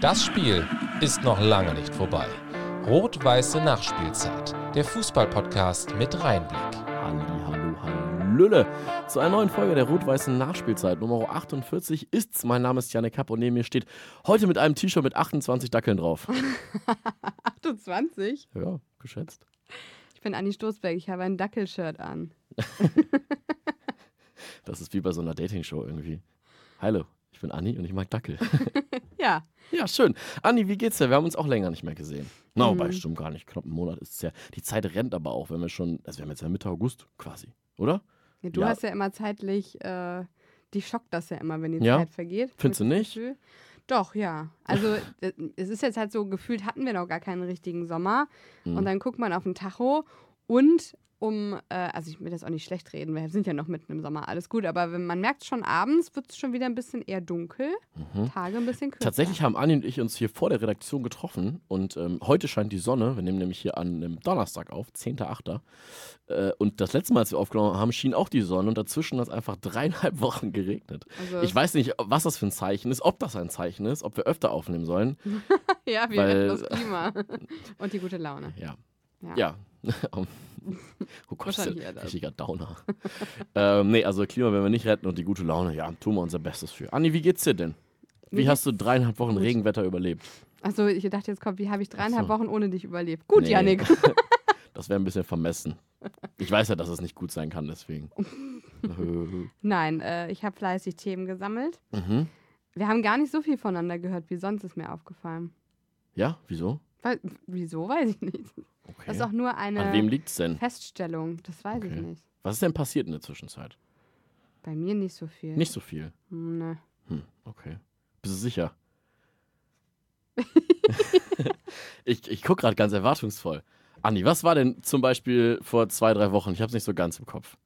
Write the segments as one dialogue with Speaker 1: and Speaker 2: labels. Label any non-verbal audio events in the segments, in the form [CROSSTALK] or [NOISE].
Speaker 1: Das Spiel ist noch lange nicht vorbei. Rot-Weiße Nachspielzeit, der Fußball-Podcast mit Reinblick.
Speaker 2: Halli, hallo, hallöle. Zu einer neuen Folge der rot-weißen Nachspielzeit. Nummer 48 ist's. Mein Name ist Janek Kapp und neben mir steht heute mit einem T-Shirt mit 28 Dackeln
Speaker 3: [LAUGHS]
Speaker 2: drauf.
Speaker 3: 28?
Speaker 2: Ja, geschätzt.
Speaker 3: Ich bin Anni Stoßberg, ich habe ein Dackelshirt an.
Speaker 2: Das ist wie bei so einer Dating-Show irgendwie. Hallo, ich bin Anni und ich mag Dackel. [LAUGHS]
Speaker 3: Ja,
Speaker 2: ja, schön. Anni, wie geht's dir? Wir haben uns auch länger nicht mehr gesehen. Na, wobei,
Speaker 3: Mhm.
Speaker 2: stimmt gar nicht. Knapp einen Monat ist es ja. Die Zeit rennt aber auch, wenn wir schon. Also, wir haben jetzt ja Mitte August quasi, oder?
Speaker 3: du
Speaker 2: Ja.
Speaker 3: hast ja immer zeitlich, äh, dich schockt das ja immer, wenn die
Speaker 2: Ja?
Speaker 3: Zeit vergeht.
Speaker 2: Findest du
Speaker 3: Mit dem
Speaker 2: nicht?
Speaker 3: Gefühl. Doch, ja. Also [LAUGHS] d- es ist jetzt halt so, gefühlt hatten wir noch gar keinen richtigen Sommer.
Speaker 2: Mhm.
Speaker 3: Und dann guckt man auf den Tacho und um, äh, also ich will das auch nicht schlecht reden, wir sind ja noch mitten im Sommer, alles gut, aber wenn, man merkt schon, abends wird es schon wieder ein bisschen eher dunkel,
Speaker 2: Mhm.
Speaker 3: Tage ein bisschen kürzer.
Speaker 2: Tatsächlich haben Anni und ich uns hier vor der Redaktion getroffen und ähm, heute scheint die Sonne. Wir nehmen nämlich hier an einem Donnerstag auf, 10.8. Äh, und das letzte Mal, als wir aufgenommen haben, schien auch die Sonne und dazwischen hat es einfach dreieinhalb [LAUGHS] Wochen geregnet.
Speaker 3: Also, [LAUGHS]
Speaker 2: Ich weiß nicht, was das für ein Zeichen ist, ob das ein Zeichen ist, ob wir öfter aufnehmen sollen.
Speaker 3: ja, wir
Speaker 2: weil-
Speaker 3: retten
Speaker 2: [LAUGHS]
Speaker 3: das Klima und die gute Laune.
Speaker 2: Ja.
Speaker 3: Ja.
Speaker 2: Ja. [LAUGHS] Um, oh Gott, das ist
Speaker 3: Wahrscheinlich
Speaker 2: ja
Speaker 3: eher das.
Speaker 2: richtiger Downer. [LAUGHS] ähm, nee, also Klima werden wir nicht retten und die gute Laune, ja, tun wir unser Bestes für. Anni, wie geht's dir denn?
Speaker 3: Mir
Speaker 2: Wie
Speaker 3: geht's
Speaker 2: hast du dreieinhalb Wochen
Speaker 3: gut.
Speaker 2: Regenwetter überlebt?
Speaker 3: Also ich dachte jetzt kommt, wie habe ich dreieinhalb
Speaker 2: Ach
Speaker 3: Wochen ohne dich überlebt? Gut,
Speaker 2: Nee.
Speaker 3: Janik.
Speaker 2: [LAUGHS]
Speaker 3: [LAUGHS]
Speaker 2: Das wäre ein bisschen vermessen. Ich weiß ja, dass es nicht gut sein kann,
Speaker 3: [LAUGHS]
Speaker 2: deswegen. [LAUGHS]
Speaker 3: Nein, äh, ich habe fleißig Themen gesammelt.
Speaker 2: mhm.
Speaker 3: Wir haben gar nicht so viel voneinander gehört, wie sonst ist mir aufgefallen.
Speaker 2: Ja, wieso?
Speaker 3: Weil, wieso, weiß ich nicht.
Speaker 2: Okay.
Speaker 3: Das ist auch nur
Speaker 2: An wem
Speaker 3: eine
Speaker 2: liegt's denn?
Speaker 3: Feststellung. Das weiß
Speaker 2: Okay.
Speaker 3: ich nicht.
Speaker 2: Was ist denn passiert in der Zwischenzeit?
Speaker 3: Bei mir nicht so viel.
Speaker 2: Nicht so viel.
Speaker 3: Hm, Nö.
Speaker 2: Hm, okay. Bist du
Speaker 3: [LAUGHS]
Speaker 2: sicher? ich ich gucke gerade ganz erwartungsvoll. Andi, was war denn zum Beispiel vor zwei, drei Wochen? Ich habe es nicht so ganz im Kopf.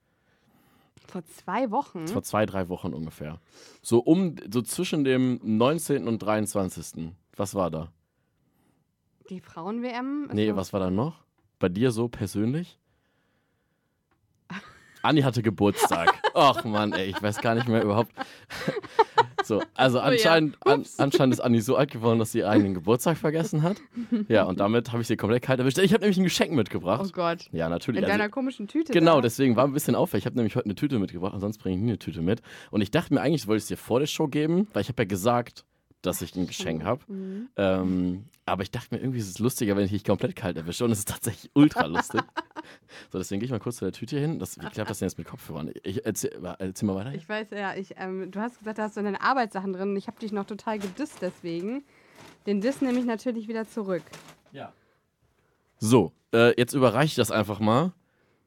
Speaker 3: Vor zwei Wochen.
Speaker 2: Vor zwei, drei Wochen ungefähr. So um, so zwischen dem 19. und 23. Was war da?
Speaker 3: Die Frauen-WM. ist
Speaker 2: Nee,
Speaker 3: noch-
Speaker 2: was war da noch? Bei dir so persönlich? Anni hatte
Speaker 3: [LAUGHS]
Speaker 2: Geburtstag. Och Mann, ey, ich weiß gar nicht mehr überhaupt. So, also
Speaker 3: Oh ja.
Speaker 2: anscheinend, an,
Speaker 3: Ups.
Speaker 2: anscheinend ist Anni so alt geworden, dass sie ihren eigenen Geburtstag vergessen hat. Ja, und damit habe ich sie komplett kalt erwischt. Ich habe nämlich ein Geschenk
Speaker 3: Oh
Speaker 2: mitgebracht.
Speaker 3: Gott.
Speaker 2: Ja, natürlich.
Speaker 3: In
Speaker 2: also-
Speaker 3: deiner komischen Tüte.
Speaker 2: Genau,
Speaker 3: da.
Speaker 2: deswegen war ein bisschen auffällig. Ich habe nämlich heute eine Tüte mitgebracht, ansonsten bringe ich nie eine Tüte mit. Und ich dachte mir eigentlich, wollte ich es dir vor der Show geben, weil ich habe ja gesagt, dass ich ein Geschenk habe.
Speaker 3: Mhm.
Speaker 2: Ähm, aber ich dachte mir, irgendwie ist es lustiger, wenn ich dich komplett kalt erwische. Und es ist tatsächlich ultra
Speaker 3: [LAUGHS]
Speaker 2: lustig. so, deswegen gehe ich mal kurz zu der Tüte hin. Das, wie klappt das denn jetzt mit Kopfhörern? Ich, erzähl, wa- erzähl mal weiter.
Speaker 3: Ich weiß, ja, ich, ähm, du hast gesagt, da hast du deine Arbeitssachen drin. Ich habe dich noch total gedisst deswegen. Den Diss nehme ich natürlich wieder zurück.
Speaker 2: So, äh, jetzt überreiche ich das einfach mal.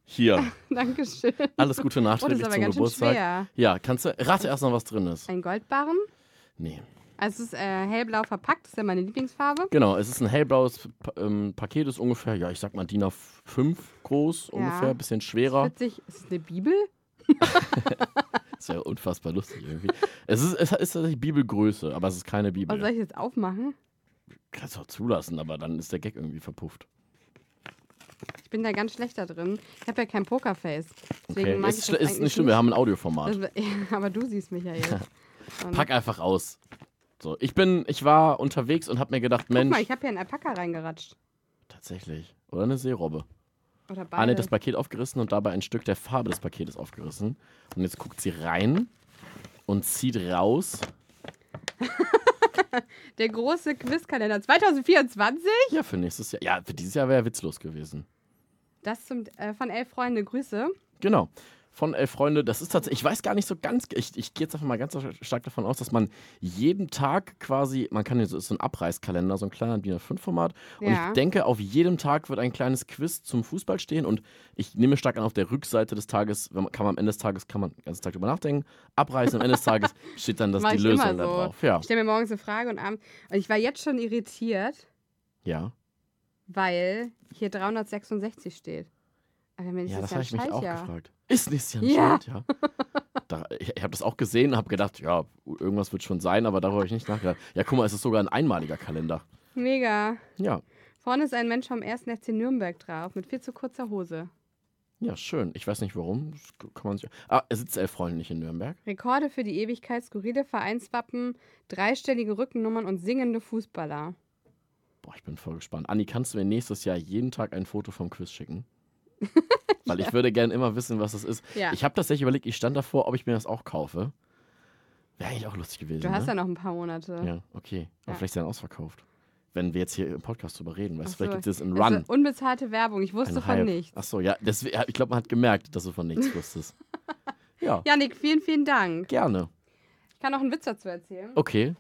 Speaker 2: Hier,
Speaker 3: Dankeschön.
Speaker 2: alles Gute
Speaker 3: [LAUGHS] Oh, das
Speaker 2: nachträglich
Speaker 3: ist aber
Speaker 2: zum
Speaker 3: ganz schön
Speaker 2: Geburtstag.
Speaker 3: schwer.
Speaker 2: Ja, kannst du, rate erst mal, was drin ist.
Speaker 3: Ein Goldbarren.
Speaker 2: Nee.
Speaker 3: Also es ist äh, hellblau verpackt, ist ja meine Lieblingsfarbe.
Speaker 2: Genau, es ist ein hellblaues Pa- ähm, Paket, ist ungefähr, ja, ich sag mal DIN A5 groß,
Speaker 3: Ja.
Speaker 2: ungefähr, bisschen schwerer.
Speaker 3: [LAUGHS] Witzig, ist es eine Bibel?
Speaker 2: Das wäre unfassbar lustig irgendwie. es, ist, es ist tatsächlich Bibelgröße, aber es ist keine Bibel.
Speaker 3: Und Oh, soll ich jetzt aufmachen?
Speaker 2: Kannst du auch zulassen, aber dann ist der Gag irgendwie verpufft.
Speaker 3: Ich bin da ganz schlecht da drin. Ich habe ja kein Pokerface. Deswegen
Speaker 2: Okay,
Speaker 3: mag
Speaker 2: ist,
Speaker 3: ich
Speaker 2: schl-
Speaker 3: das
Speaker 2: ist
Speaker 3: eigentlich
Speaker 2: nicht schlimm, wir haben ein Audioformat.
Speaker 3: [LAUGHS] Das- ja, aber du siehst mich
Speaker 2: [LAUGHS]
Speaker 3: ja jetzt. Und-
Speaker 2: Pack einfach aus. So, ich bin, ich war unterwegs und habe mir gedacht,
Speaker 3: Guck mal,
Speaker 2: Mensch,
Speaker 3: ich habe hier einen Alpaka reingeratscht.
Speaker 2: tatsächlich. Oder eine Seerobbe. Anne
Speaker 3: Oder
Speaker 2: hat
Speaker 3: beides.
Speaker 2: Ah, das Paket aufgerissen und dabei ein Stück der Farbe des Paketes aufgerissen. Und jetzt guckt sie rein und zieht raus.
Speaker 3: Der große Quizkalender 2024.
Speaker 2: Ja, für nächstes Jahr. Ja, für dieses Jahr wäre witzlos gewesen.
Speaker 3: Das zum, äh, von elf Freunde. Grüße.
Speaker 2: Genau. Von elf Freunde, das ist tatsächlich, ich weiß gar nicht so ganz, ich, ich gehe jetzt einfach mal ganz stark davon aus, dass man jeden Tag quasi, man kann jetzt so, ist so ein Abreißkalender, so ein kleiner DIN A5-Format. Und
Speaker 3: Ja.
Speaker 2: ich denke, auf jedem Tag wird ein kleines Quiz zum Fußball stehen. Und ich nehme stark an, auf der Rückseite des Tages, wenn man, kann man am Ende des Tages, kann man den ganzen Tag drüber nachdenken, abreißen, am Ende des
Speaker 3: [LAUGHS]
Speaker 2: Tages steht dann das,
Speaker 3: Mach
Speaker 2: die
Speaker 3: ich
Speaker 2: Lösung
Speaker 3: immer
Speaker 2: da
Speaker 3: so.
Speaker 2: drauf. Ja.
Speaker 3: Ich stelle mir morgens eine Frage und abends. Und ich war jetzt schon irritiert,
Speaker 2: Ja.
Speaker 3: weil hier 366 steht. Aber wenn
Speaker 2: Ja, das
Speaker 3: das ja
Speaker 2: habe
Speaker 3: ein
Speaker 2: ich mich auch
Speaker 3: Scheißjahr.
Speaker 2: gefragt. Ist nächstes Jahr ein
Speaker 3: Ja.
Speaker 2: Schuld, ja. Da, ich ich habe das auch gesehen und habe gedacht, ja, irgendwas wird schon sein, aber darüber habe ich nicht nachgedacht. Ja, guck mal, es ist sogar ein einmaliger Kalender.
Speaker 3: Mega.
Speaker 2: Ja,
Speaker 3: Vorne ist ein Mensch vom 1. FC Nürnberg drauf mit viel zu kurzer Hose.
Speaker 2: Ja, schön. Ich weiß nicht warum. Das Kann man sich ah, es sitzt elf Freunde nicht in Nürnberg.
Speaker 3: Rekorde für die Ewigkeit, skurrile Vereinswappen, dreistellige Rückennummern und singende Fußballer.
Speaker 2: Boah, ich bin voll gespannt. Anni, kannst du mir nächstes Jahr jeden Tag ein Foto vom Quiz
Speaker 3: [LAUGHS]
Speaker 2: schicken? Weil ich würde gerne immer wissen, was das ist.
Speaker 3: Ja.
Speaker 2: Ich habe tatsächlich überlegt, ich stand davor, ob ich mir das auch kaufe. Wäre eigentlich auch lustig gewesen.
Speaker 3: Du hast ja
Speaker 2: ne?
Speaker 3: noch ein paar Monate.
Speaker 2: ja, okay. Aber
Speaker 3: Ja.
Speaker 2: vielleicht ist er dann ausverkauft. Wenn wir jetzt hier im Podcast drüber reden, weißt
Speaker 3: Ach
Speaker 2: du, vielleicht
Speaker 3: so.
Speaker 2: gibt es einen
Speaker 3: Also
Speaker 2: Run.
Speaker 3: unbezahlte Werbung, ich wusste
Speaker 2: einen
Speaker 3: von
Speaker 2: Hype.
Speaker 3: nichts.
Speaker 2: Ach so, ja, deswegen, ja, ich glaube, man hat gemerkt, dass du von nichts
Speaker 3: [LAUGHS]
Speaker 2: wusstest. ja,
Speaker 3: Janik, vielen, vielen Dank.
Speaker 2: gerne.
Speaker 3: Ich kann noch einen Witz dazu erzählen.
Speaker 2: Okay,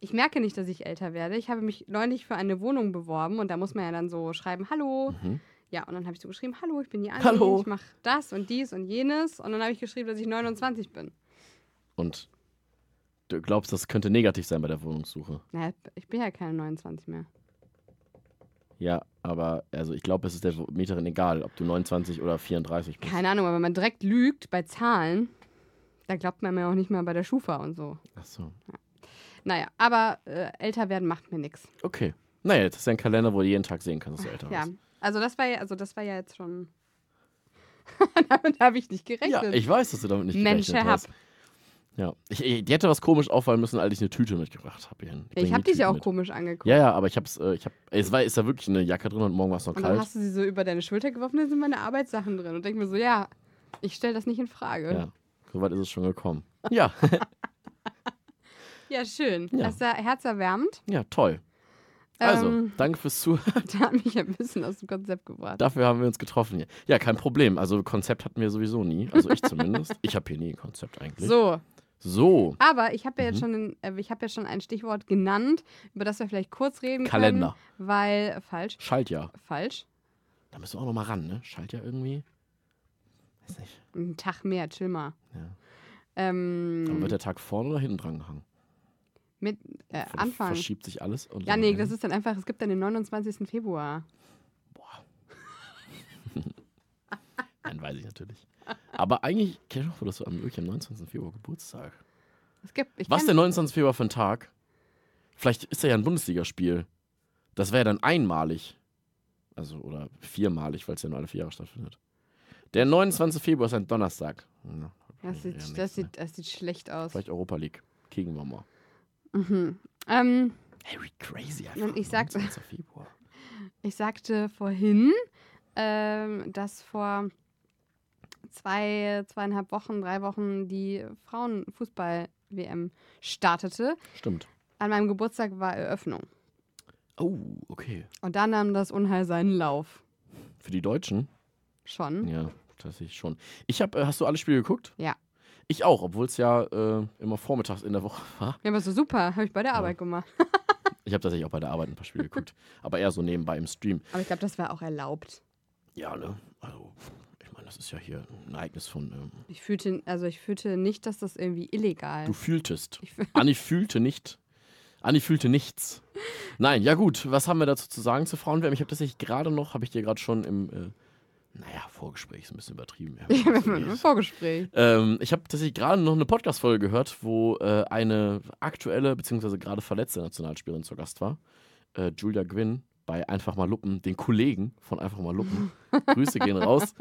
Speaker 3: Ich merke nicht, dass ich älter werde. Ich habe mich neulich für eine Wohnung beworben und da muss man ja dann so schreiben, hallo.
Speaker 2: Mhm.
Speaker 3: Ja, und dann habe ich so geschrieben, hallo, ich bin die Anni,
Speaker 2: Hallo.
Speaker 3: ich mache das und dies und jenes. Und dann habe ich geschrieben, dass ich 29 bin.
Speaker 2: und du glaubst, das könnte negativ sein bei der Wohnungssuche.
Speaker 3: Naja, ich bin ja keine 29 mehr.
Speaker 2: Ja, aber also ich glaube, es ist der Mieterin egal, ob du 29 oder 34 bist.
Speaker 3: Keine Ahnung, aber wenn man direkt lügt bei Zahlen, da glaubt man mir auch nicht mal bei der Schufa und so.
Speaker 2: Ach so.
Speaker 3: Naja, aber äh, älter werden macht mir nichts.
Speaker 2: Okay. Naja, jetzt ist ja ein Kalender, wo du jeden Tag sehen kannst, dass du älter
Speaker 3: Ja,
Speaker 2: bist.
Speaker 3: also das war ja, also das war ja jetzt schon. [LAUGHS] Damit habe ich nicht gerechnet.
Speaker 2: Ja, ich weiß, dass du damit nicht
Speaker 3: Mensch,
Speaker 2: gerechnet
Speaker 3: Herr
Speaker 2: hast. Ja, ich, ich, die hätte was komisch auffallen müssen, als ich eine Tüte mitgebracht habe. hierhin.
Speaker 3: ich
Speaker 2: bring
Speaker 3: habe
Speaker 2: die
Speaker 3: dich ja
Speaker 2: Tüten
Speaker 3: auch
Speaker 2: mit.
Speaker 3: komisch angeguckt.
Speaker 2: Ja, ja, aber ich hab's, äh, ich hab, es war, ist da wirklich eine Jacke drin und morgen war es noch
Speaker 3: und dann
Speaker 2: kalt.
Speaker 3: hast du sie so über deine Schulter geworfen, da sind meine Arbeitssachen drin. Und denke mir so, ja, ich stelle das nicht in Frage.
Speaker 2: Ja, soweit ist es schon gekommen. Ja, [LAUGHS]
Speaker 3: Ja, schön.
Speaker 2: Ja.
Speaker 3: Das ist ja herzerwärmend.
Speaker 2: ja, toll. Also,
Speaker 3: Ähm.
Speaker 2: danke fürs Zuhören.
Speaker 3: [LAUGHS] Da hat mich ein bisschen aus dem Konzept
Speaker 2: [LAUGHS]
Speaker 3: gebracht.
Speaker 2: Dafür haben wir uns getroffen hier. Ja, kein Problem. Also, Konzept hatten wir sowieso nie. Also, ich
Speaker 3: [LAUGHS]
Speaker 2: zumindest. Ich habe hier nie ein Konzept eigentlich.
Speaker 3: so,
Speaker 2: so.
Speaker 3: aber ich habe ja jetzt
Speaker 2: Mhm.
Speaker 3: schon, den- äh, ich habe ja schon ein Stichwort genannt, über das wir vielleicht kurz reden
Speaker 2: Kalender.
Speaker 3: können, weil äh, falsch,
Speaker 2: Schaltjahr.
Speaker 3: falsch,
Speaker 2: Da müssen wir auch nochmal ran, ne? Schaltjahr irgendwie. Weiß nicht.
Speaker 3: ein Tag mehr, chill mal.
Speaker 2: Ja.
Speaker 3: Ähm,
Speaker 2: Dann wird der Tag vorne oder hinten dran gehangen.
Speaker 3: mit äh,
Speaker 2: Ver-
Speaker 3: Anfang.
Speaker 2: Verschiebt sich alles. Und
Speaker 3: Ja,
Speaker 2: dann-
Speaker 3: nee, das ist dann einfach, es gibt dann den 29. Februar.
Speaker 2: Nein, weiß ich
Speaker 3: [LAUGHS]
Speaker 2: natürlich. Aber eigentlich, kenn ich auch, dass du am, wirklich am 29. Februar Geburtstag.
Speaker 3: Es gibt, ich
Speaker 2: Was
Speaker 3: kenn-
Speaker 2: der 29. Februar für ein Tag? Vielleicht ist da ja ein Bundesligaspiel. Das wäre dann einmalig. Also, oder viermalig, weil es ja nur alle vier Jahre stattfindet. Der 29. Februar ist ein Donnerstag. Ja,
Speaker 3: Das
Speaker 2: eher
Speaker 3: sieht,
Speaker 2: nichts,
Speaker 3: das
Speaker 2: ne?
Speaker 3: sieht, das sieht schlecht aus.
Speaker 2: Vielleicht Europa League. Kriegen wir mal.
Speaker 3: Mhm. Ähm,
Speaker 2: Harry Crazy.
Speaker 3: Und ich sag's-
Speaker 2: 29. Februar.
Speaker 3: ich sagte vorhin, ähm, dass vor zwei, zweieinhalb Wochen, drei Wochen die Frauenfußball-WM startete.
Speaker 2: Stimmt.
Speaker 3: An meinem Geburtstag war Eröffnung.
Speaker 2: Oh, okay.
Speaker 3: Und da nahm das Unheil seinen Lauf.
Speaker 2: Für die Deutschen?
Speaker 3: Schon.
Speaker 2: Ja, tatsächlich schon. Ich habe, äh, hast du alle Spiele geguckt?
Speaker 3: Mhm. Ja.
Speaker 2: Ich auch, obwohl es ja äh, immer vormittags in der Woche [LAUGHS] war.
Speaker 3: Ja, aber so super, habe ich bei der Arbeit gemacht.
Speaker 2: Ich habe tatsächlich auch bei der Arbeit ein paar Spiele
Speaker 3: [LAUGHS]
Speaker 2: geguckt, aber eher so nebenbei im Stream.
Speaker 3: Aber ich glaube, das war auch erlaubt.
Speaker 2: Ja, ne? Also, ich meine, das ist ja hier ein Ereignis von. Ähm,
Speaker 3: Ich fühlte, also ich fühlte nicht, dass das irgendwie illegal
Speaker 2: du fühltest.
Speaker 3: Ich fühl-
Speaker 2: Anni fühlte nicht. Anni fühlte nichts. Nein, ja gut, was haben wir dazu zu sagen zu Frauenwärme? Ich habe tatsächlich gerade noch, habe ich dir gerade schon im, äh, naja, Vorgespräch ist ein bisschen übertrieben.
Speaker 3: [LAUGHS]
Speaker 2: Wir haben
Speaker 3: Ich
Speaker 2: schon
Speaker 3: habe
Speaker 2: geredet.
Speaker 3: im Vorgespräch.
Speaker 2: Ähm, ich habe tatsächlich gerade noch eine Podcast-Folge gehört, wo äh, eine aktuelle bzw. gerade verletzte Nationalspielerin zu Gast war. Äh, Julia Gwynn bei Einfach mal Luppen, den Kollegen von Einfach mal Luppen. Grüße gehen raus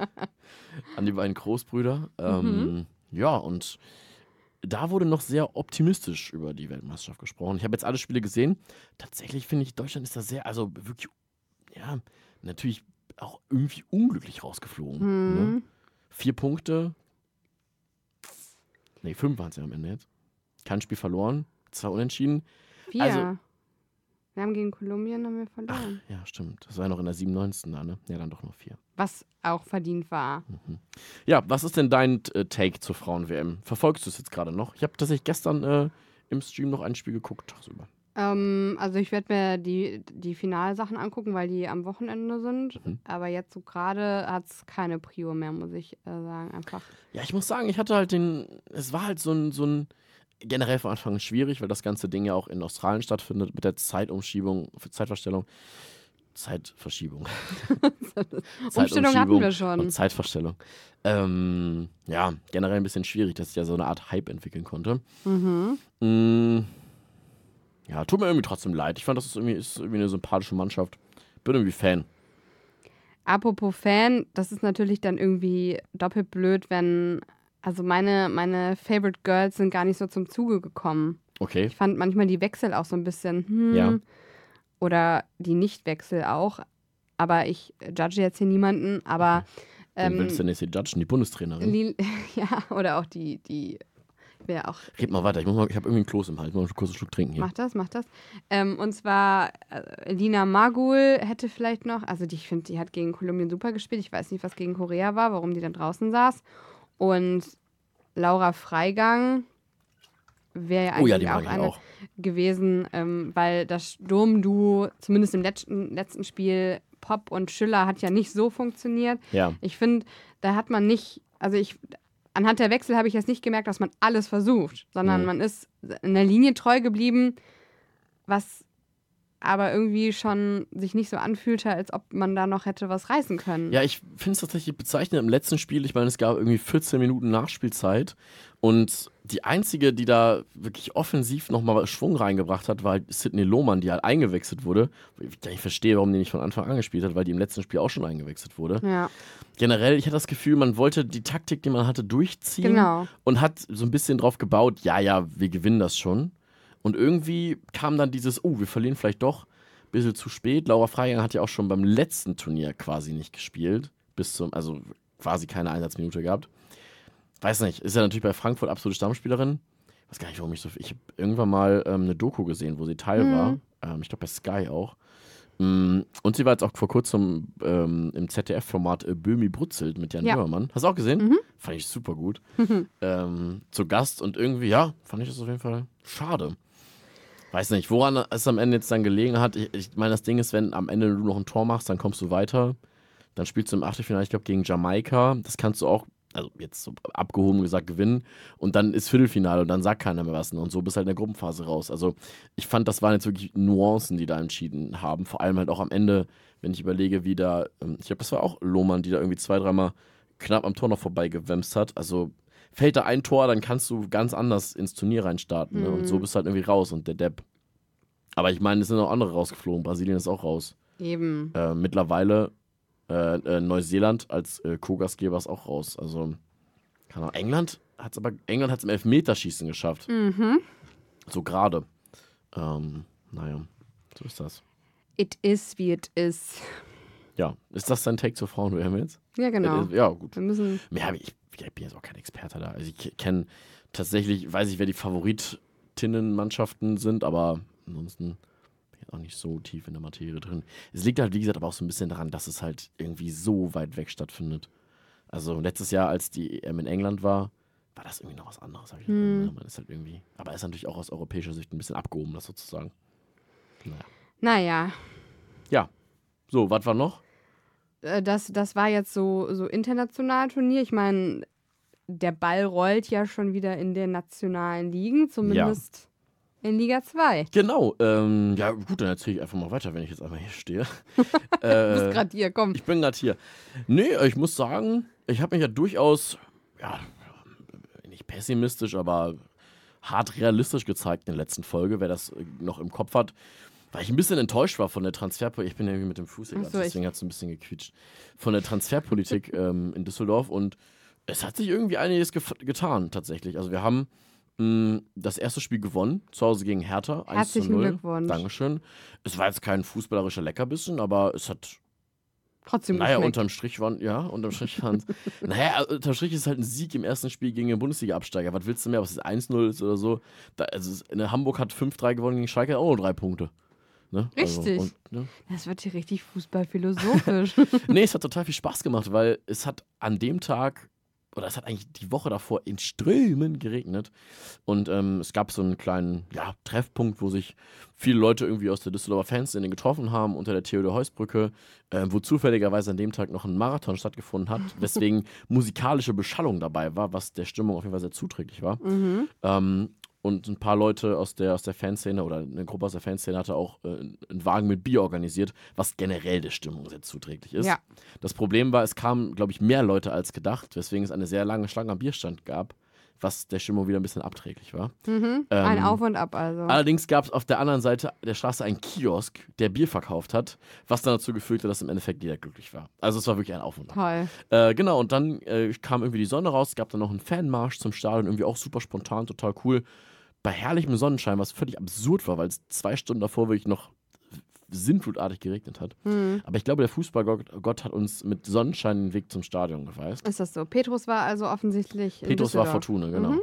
Speaker 2: an die beiden Großbrüder. Ähm, Ja, und da wurde noch sehr optimistisch über die Weltmeisterschaft gesprochen. Ich habe jetzt alle Spiele gesehen. Tatsächlich finde ich, Deutschland ist da sehr, also wirklich, ja, natürlich auch irgendwie unglücklich rausgeflogen. Ne?
Speaker 3: Hm.
Speaker 2: Vier Punkte. Nee, fünf waren es ja am Ende jetzt. Kein Spiel verloren, zwei unentschieden.
Speaker 3: Vier.
Speaker 2: Also-
Speaker 3: wir haben gegen Kolumbien haben wir verloren.
Speaker 2: Ja, stimmt. Das war ja noch in der 97. Da, ne? Ja, dann doch nur vier.
Speaker 3: Was auch verdient war.
Speaker 2: Ja, was ist denn dein äh, Take zur Frauen-WM? Verfolgst du es jetzt gerade noch? Ich habe tatsächlich gestern äh, im Stream noch ein Spiel geguckt, tagsüber.
Speaker 3: Ähm, also ich werde mir die, die Finalsachen angucken, weil die am Wochenende sind.
Speaker 2: Mhm.
Speaker 3: Aber jetzt so gerade hat es keine Prio mehr, muss ich äh, sagen. Einfach.
Speaker 2: Ja, ich muss sagen, ich hatte halt den. Es war halt so ein. So ein generell von Anfang an schwierig, weil das ganze Ding ja auch in Australien stattfindet mit der Zeitumschiebung, Zeitverstellung. Zeitverschiebung.
Speaker 3: [LAUGHS] Umstellung hatten wir
Speaker 2: und
Speaker 3: schon.
Speaker 2: Zeitverstellung. Ähm, ja, generell ein bisschen schwierig, dass ich ja so eine Art Hype entwickeln konnte.
Speaker 3: Mhm.
Speaker 2: Mm, ja, tut mir irgendwie trotzdem leid. Ich fand, das ist irgendwie, ist irgendwie eine sympathische Mannschaft. Bin irgendwie Fan.
Speaker 3: Apropos Fan, das ist natürlich dann irgendwie doppelt blöd, wenn. Also meine, meine Favorite Girls sind gar nicht so zum Zuge gekommen.
Speaker 2: Okay.
Speaker 3: Ich fand manchmal die Wechsel auch so ein bisschen, hm,
Speaker 2: Ja.
Speaker 3: oder die Nichtwechsel auch. Aber ich judge jetzt hier niemanden, aber
Speaker 2: Wen
Speaker 3: ähm,
Speaker 2: willst du ne? denn jetzt hier judgen? Die Bundestrainerin?
Speaker 3: Lil [LAUGHS] ja, oder auch die, die ich will ja auch
Speaker 2: Red mal weiter. Ich, muss mal- ich habe irgendwie einen Kloß im Hals. Ich muss mal kurz einen Schluck trinken hier.
Speaker 3: Mach das, mach das. Ähm, und zwar äh, Lina Magul hätte vielleicht noch, also die, ich finde, die hat gegen Kolumbien super gespielt. Ich weiß nicht, was gegen Korea war, warum die dann draußen saß. Und Laura Freigang wäre ja
Speaker 2: Oh
Speaker 3: eigentlich
Speaker 2: ja, die
Speaker 3: auch
Speaker 2: mag ich
Speaker 3: eine
Speaker 2: auch.
Speaker 3: gewesen, ähm, weil das Sturmduo, zumindest im letzten, letzten Spiel, Pop und Schiller hat ja nicht so funktioniert.
Speaker 2: Ja.
Speaker 3: Ich finde, da hat man nicht, also ich, anhand der Wechsel habe ich jetzt nicht gemerkt, dass man alles versucht, sondern
Speaker 2: Mhm.
Speaker 3: man ist in der Linie treu geblieben, was aber irgendwie schon sich nicht so anfühlte, als ob man da noch hätte was reißen können.
Speaker 2: Ja, ich finde es tatsächlich bezeichnend im letzten Spiel. Ich meine, es gab irgendwie 14 Minuten Nachspielzeit. Und die einzige, die da wirklich offensiv nochmal Schwung reingebracht hat, war halt Sidney Lohmann, die halt eingewechselt wurde. Ich gar nicht verstehe, warum die nicht von Anfang an gespielt hat, weil die im letzten Spiel auch schon eingewechselt wurde.
Speaker 3: Ja,
Speaker 2: Generell, ich hatte das Gefühl, man wollte die Taktik, die man hatte, durchziehen.
Speaker 3: genau.
Speaker 2: und hat so ein bisschen drauf gebaut, ja, ja, wir gewinnen das schon. Und irgendwie kam dann dieses, oh, wir verlieren vielleicht doch, ein bisschen zu spät. Laura Freigang hat ja auch schon beim letzten Turnier quasi nicht gespielt, bis zum, also quasi keine Einsatzminute gehabt. Weiß nicht, ist ja natürlich bei Frankfurt absolute Stammspielerin. Weiß gar nicht, warum ich so. Ich habe irgendwann mal ähm, eine Doku gesehen, wo sie Teil
Speaker 3: Mhm.
Speaker 2: war. Ähm, ich glaube bei Sky auch. Mm, Und sie war jetzt auch vor kurzem ähm, im ZDF-Format äh, Böhmi brutzelt mit Jan
Speaker 3: Ja.
Speaker 2: Hörmann. Hast du auch gesehen?
Speaker 3: Mhm.
Speaker 2: Fand ich super gut
Speaker 3: [LAUGHS]
Speaker 2: ähm, zu Gast und irgendwie, ja, fand ich das auf jeden Fall schade. Weiß nicht, woran es am Ende jetzt dann gelegen hat. Ich, ich meine, das Ding ist, wenn am Ende du noch ein Tor machst, dann kommst du weiter. Dann spielst du im Achtelfinale, ich glaube, gegen Jamaika. Das kannst du auch, also jetzt so abgehoben gesagt, gewinnen. Und dann ist Viertelfinale und dann sagt keiner mehr was. ne? Und so bist halt in der Gruppenphase raus. Also ich fand, das waren jetzt wirklich Nuancen, die da entschieden haben. Vor allem halt auch am Ende, wenn ich überlege, wie da, ähm, ich glaube, das war auch Lohmann, die da irgendwie zwei, dreimal knapp am Tor noch vorbeigewemst hat. Also fällt da ein Tor, dann kannst du ganz anders ins Turnier reinstarten. Ne? Und so
Speaker 3: Mhm.
Speaker 2: bist du halt irgendwie raus und der Depp. Aber ich meine, es sind auch andere rausgeflogen. Brasilien ist auch raus.
Speaker 3: Eben.
Speaker 2: Äh, mittlerweile äh, äh, Neuseeland als äh, Co-Gastgeber ist auch raus. Also, keine Ahnung. England hat es aber England hat's im Elfmeterschießen geschafft.
Speaker 3: Mhm.
Speaker 2: So gerade. Ähm, naja, so ist das.
Speaker 3: It is, wie it is.
Speaker 2: Ja, ist das dein Take zur Frauen-WM jetzt?
Speaker 3: Ja, genau.
Speaker 2: Äh, Ja, gut.
Speaker 3: Wir müssen.
Speaker 2: Mehr hab ich, ich bin jetzt auch kein Experte da. Also ich kenne tatsächlich, weiß ich, wer die Favoritinnenmannschaften sind, aber ansonsten bin ich auch nicht so tief in der Materie drin. Es liegt halt, wie gesagt, aber auch so ein bisschen daran, dass es halt irgendwie so weit weg stattfindet. Also letztes Jahr, als die EM in England war, war das irgendwie noch was anderes. Sag ich mal.
Speaker 3: Hm.
Speaker 2: Man ist halt irgendwie, aber ist natürlich auch aus europäischer Sicht ein bisschen abgehoben, das sozusagen. Naja.
Speaker 3: Naja,
Speaker 2: So, was war noch?
Speaker 3: äh, das, das war jetzt so, so international Turnier. Ich meine, der Ball rollt ja schon wieder in den nationalen Ligen, zumindest in Liga 2.
Speaker 2: Genau, ähm, ja gut, dann erzähle ich einfach mal weiter, wenn ich jetzt einmal hier stehe.
Speaker 3: Du bist
Speaker 2: äh,
Speaker 3: gerade hier, komm.
Speaker 2: ich bin gerade hier. Nee, ich muss sagen, ich habe mich ja durchaus, ja, nicht pessimistisch, aber hart realistisch gezeigt in der letzten Folge, wer das äh, noch im Kopf hat. Weil ich ein bisschen enttäuscht war von der Transferpolitik. Ich bin irgendwie mit dem Fuß
Speaker 3: Ach
Speaker 2: egal,
Speaker 3: so, ich-
Speaker 2: deswegen hat es ein bisschen gequietscht. Von der Transferpolitik [LAUGHS] ähm, in Düsseldorf und es hat sich irgendwie einiges gef getan, tatsächlich. Also, wir haben mh, das erste Spiel gewonnen, zu Hause gegen Hertha. 1
Speaker 3: Herzlichen
Speaker 2: zu 0.
Speaker 3: Glückwunsch.
Speaker 2: Dankeschön. Es war jetzt kein fußballerischer Leckerbissen, aber es hat
Speaker 3: Trotzdem
Speaker 2: naja,
Speaker 3: geschmeckt.
Speaker 2: unterm Strich waren, ja, unterm Strich waren Naja, unterm Strich ist halt ein Sieg im ersten Spiel gegen den Bundesliga-Absteiger. Was willst du mehr, was es 1-0 ist oder so? Da, also es, ne, Hamburg hat 5-3 gewonnen gegen Schalke, auch nur drei Punkte. Ne?
Speaker 3: Richtig.
Speaker 2: Also, und, ne?
Speaker 3: Das wird hier richtig
Speaker 2: [LAUGHS]
Speaker 3: fußballphilosophisch.
Speaker 2: Nee, es hat total viel Spaß gemacht, weil es hat an dem Tag, oder es hat eigentlich die Woche davor in Strömen geregnet. Und ähm, es gab so einen kleinen ja, Treffpunkt, wo sich viele Leute irgendwie aus der Düsseldorfer Fanszene getroffen haben, unter der Theodor-Heuss-Brücke, äh, wo zufälligerweise an dem Tag noch ein Marathon stattgefunden
Speaker 3: [LAUGHS]
Speaker 2: hat, weswegen musikalische Beschallung dabei war, was der Stimmung auf jeden Fall sehr zuträglich war.
Speaker 3: mhm.
Speaker 2: Ähm, und ein paar Leute aus der, aus der Fanszene oder eine Gruppe aus der Fanszene hatte auch äh, einen Wagen mit Bier organisiert, was generell der Stimmung sehr zuträglich ist.
Speaker 3: Ja.
Speaker 2: Das Problem war, es kamen, glaube ich, mehr Leute als gedacht, weswegen es eine sehr lange Schlange am Bierstand gab. was der Stimmung wieder ein bisschen abträglich war.
Speaker 3: Mhm. Ein
Speaker 2: Ähm,
Speaker 3: Auf und Ab, also.
Speaker 2: Allerdings gab es auf der anderen Seite der Straße einen Kiosk, der Bier verkauft hat, was dann dazu geführt hat, dass im Endeffekt jeder glücklich war. Also es war wirklich ein Auf und Ab.
Speaker 3: Toll.
Speaker 2: Äh, genau, und dann äh, kam irgendwie die Sonne raus, es gab dann noch einen Fanmarsch zum Stadion, irgendwie auch super spontan, total cool. Bei herrlichem Sonnenschein, was völlig absurd war, weil es zwei Stunden davor wirklich noch sinnflutartig geregnet hat.
Speaker 3: Hm.
Speaker 2: Aber ich glaube, der Fußballgott Gott hat uns mit Sonnenschein den Weg zum Stadion gefeist.
Speaker 3: Ist das so? Petrus war also offensichtlich. in
Speaker 2: Petrus war
Speaker 3: Düsseldorf.
Speaker 2: Fortuna, genau.
Speaker 3: Mhm.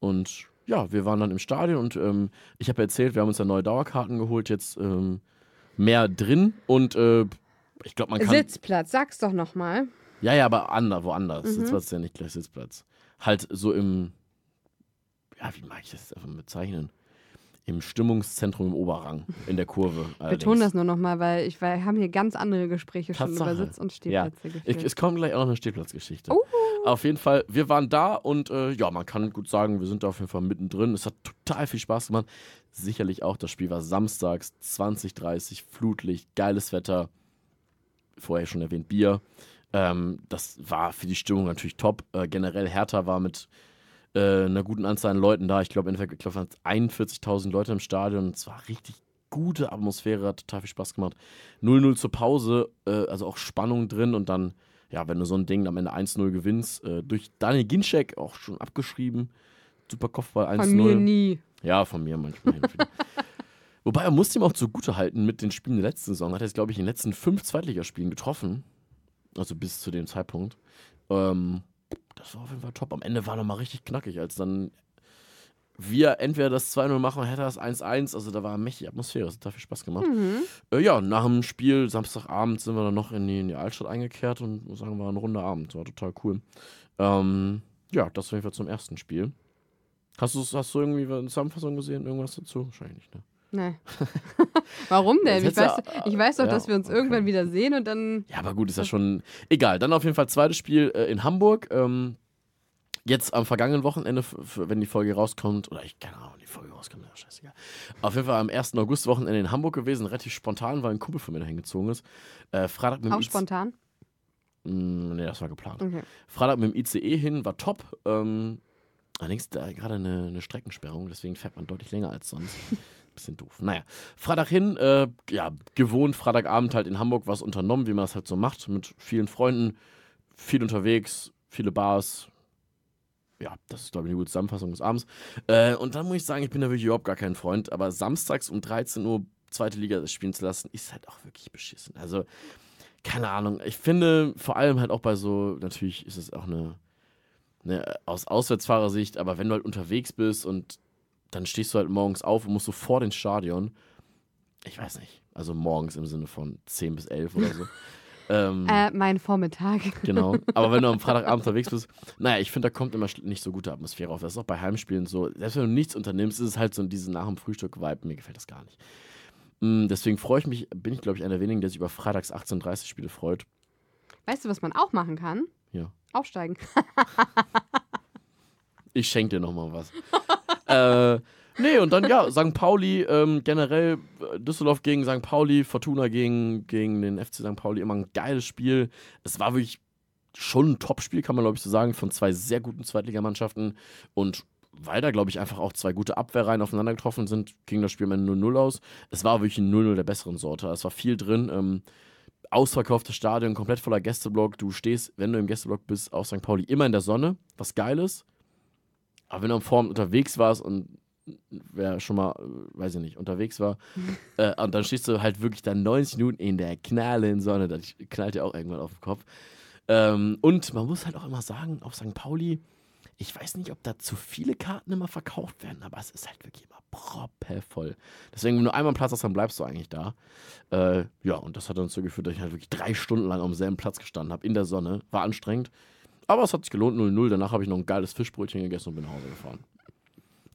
Speaker 2: Und ja, wir waren dann im Stadion und ähm, ich habe erzählt, wir haben uns ja neue Dauerkarten geholt, jetzt ähm, mehr drin und äh, ich glaube, man kann.
Speaker 3: Sitzplatz, sag's doch nochmal.
Speaker 2: Ja, ja, aber ander, woanders.
Speaker 3: Mhm.
Speaker 2: Sitzplatz ist ja nicht gleich Sitzplatz. Halt so im. Ja, wie mag ich das einfach bezeichnen? Im Stimmungszentrum im Oberrang, in der Kurve.
Speaker 3: [LAUGHS]
Speaker 2: allerdings.
Speaker 3: Beton das nur nochmal, weil ich weil, haben hier ganz andere Gespräche schon über
Speaker 2: Tatsache.
Speaker 3: Sitz- und Stehplätze
Speaker 2: Ich,
Speaker 3: geführt.
Speaker 2: es kommt gleich auch noch eine Stehplatzgeschichte.
Speaker 3: Oh.
Speaker 2: Auf jeden Fall, wir waren da und äh, ja, man kann gut sagen, wir sind da auf jeden Fall mittendrin. Es hat total viel Spaß gemacht. Sicherlich auch, das Spiel war samstags, 20.30 Flutlicht, geiles Wetter. Vorher schon erwähnt, Bier. Ähm, das war für die Stimmung natürlich top. Äh, generell Hertha war mit äh, einer guten Anzahl an Leuten da. Ich glaube, im Endeffekt ich glaub, waren es 41.000 Leute im Stadion. Es war richtig gute Atmosphäre, hat total viel Spaß gemacht. 0-0 zur Pause, äh, also auch Spannung drin und dann, ja, wenn du so ein Ding am Ende 1-0 gewinnst, äh, durch Daniel Ginczek auch schon abgeschrieben. Super Kopfball 1-0.
Speaker 3: Von mir nie. Ja,
Speaker 2: Ja, von mir manchmal. hin und wieder. Wobei er muss ihm auch zugutehalten mit den Spielen der letzten Saison. Hat er jetzt, glaube ich, in den letzten fünf Zweitligaspielen getroffen. Also bis zu dem Zeitpunkt. Ähm, das war auf jeden Fall top. Am Ende war nochmal richtig knackig, als dann wir entweder das 2-0 machen oder hätte das 1-1. Also da war mächtig Atmosphäre. Es hat dafür Spaß gemacht. Äh, ja, nach dem Spiel, Samstagabend, sind wir dann noch in die, in die Altstadt eingekehrt und sagen wir, ein runder Abend. War total cool. Ähm, ja, das auf jeden Fall zum ersten Spiel. Hast du, hast du irgendwie eine Zusammenfassung gesehen? Irgendwas dazu? Wahrscheinlich nicht, ne? [LAUGHS]
Speaker 3: nee. Warum denn? Ich
Speaker 2: Jetzt
Speaker 3: weiß,
Speaker 2: hättest du-
Speaker 3: ich weiß doch,
Speaker 2: ja,
Speaker 3: dass wir uns
Speaker 2: okay.
Speaker 3: irgendwann wieder sehen und dann.
Speaker 2: Ja, aber gut, ist ja schon egal. Dann auf jeden Fall zweites Spiel äh, in Hamburg. Ähm, jetzt am vergangenen Wochenende, f- f- wenn die Folge rauskommt, oder ich keine Ahnung, wann die Folge rauskommt, ja, scheißegal. Auf jeden Fall am 1. August-Wochenende in Hamburg gewesen, relativ spontan, weil ein Kumpel von mir dahin gezogen ist. Äh, Freitag mit dem
Speaker 3: Auch
Speaker 2: IC
Speaker 3: spontan?
Speaker 2: Mm, nee, das war geplant.
Speaker 3: Okay.
Speaker 2: Freitag mit dem ICE hin, war top. Ähm, allerdings da gerade eine, eine Streckensperrung, deswegen fährt man deutlich länger als sonst. Bisschen doof. Naja, Freitag hin, äh, ja, gewohnt, Freitagabend halt in Hamburg was unternommen, wie man das halt so macht, mit vielen Freunden, viel unterwegs, viele Bars. Ja, das ist, glaube ich, eine gute Zusammenfassung des Abends. Äh, und dann muss ich sagen, ich bin da wirklich überhaupt gar kein Freund, aber samstags um 13 Uhr zweite Liga spielen zu lassen, ist halt auch wirklich beschissen. Also, keine Ahnung, ich finde vor allem halt auch bei so, natürlich ist es auch eine, eine aus Auswärtsfahrersicht, aber wenn du halt unterwegs bist und dann stehst du halt morgens auf und musst so vor den Stadion, ich weiß nicht, also morgens im Sinne von 10 bis 11 oder so. ähm,
Speaker 3: Äh, mein Vormittag. [LAUGHS]
Speaker 2: Genau. Aber wenn du am Freitagabend unterwegs bist, naja, ich finde, da kommt immer schl- nicht so gute Atmosphäre auf. Das ist auch bei Heimspielen so. Selbst wenn du nichts unternimmst, ist es halt so diese nach dem Frühstück-Vibe. Mir gefällt das gar nicht. Mm, Deswegen freue ich mich, bin ich, glaube ich, einer der wenigen, der sich über freitags 18.30 Spiele freut.
Speaker 3: Weißt du, was man auch machen kann?
Speaker 2: Ja.
Speaker 3: Aufsteigen.
Speaker 2: Ich schenke dir nochmal was. [LAUGHS] äh, nee, und dann ja, St. Pauli, ähm, generell äh, Düsseldorf gegen St. Pauli, Fortuna gegen, gegen den FC St. Pauli, immer ein geiles Spiel. Es war wirklich schon ein Topspiel, kann man glaube ich so sagen, von zwei sehr guten Zweitligamannschaften. Und weil da glaube ich einfach auch zwei gute Abwehrreihen aufeinander getroffen sind, ging das Spiel am Ende 0-0 aus. Es war wirklich ein 0-0 der besseren Sorte. Es war viel drin. Ähm, ausverkauftes Stadion, komplett voller Gästeblock. Du stehst, wenn du im Gästeblock bist, auf St. Pauli immer in der Sonne, was geil ist. Aber wenn du am Vorabend unterwegs warst und wer schon mal, äh, weiß ich nicht, unterwegs war, äh, und dann stehst du halt wirklich dann 90 Minuten in der knallen Sonne, das knallt dir auch irgendwann auf den Kopf. Ähm, und man muss halt auch immer sagen, auf St. Pauli, ich weiß nicht, ob da zu viele Karten immer verkauft werden, aber es ist halt wirklich immer proppevoll. Deswegen, wenn du einmal einen Platz hast, dann bleibst du eigentlich da. Äh, ja, und das hat dann dazu geführt, dass ich halt wirklich drei Stunden lang am selben Platz gestanden habe, in der Sonne. War anstrengend. Aber es hat sich gelohnt, 0-0. Danach habe ich noch ein geiles Fischbrötchen gegessen und bin nach Hause gefahren.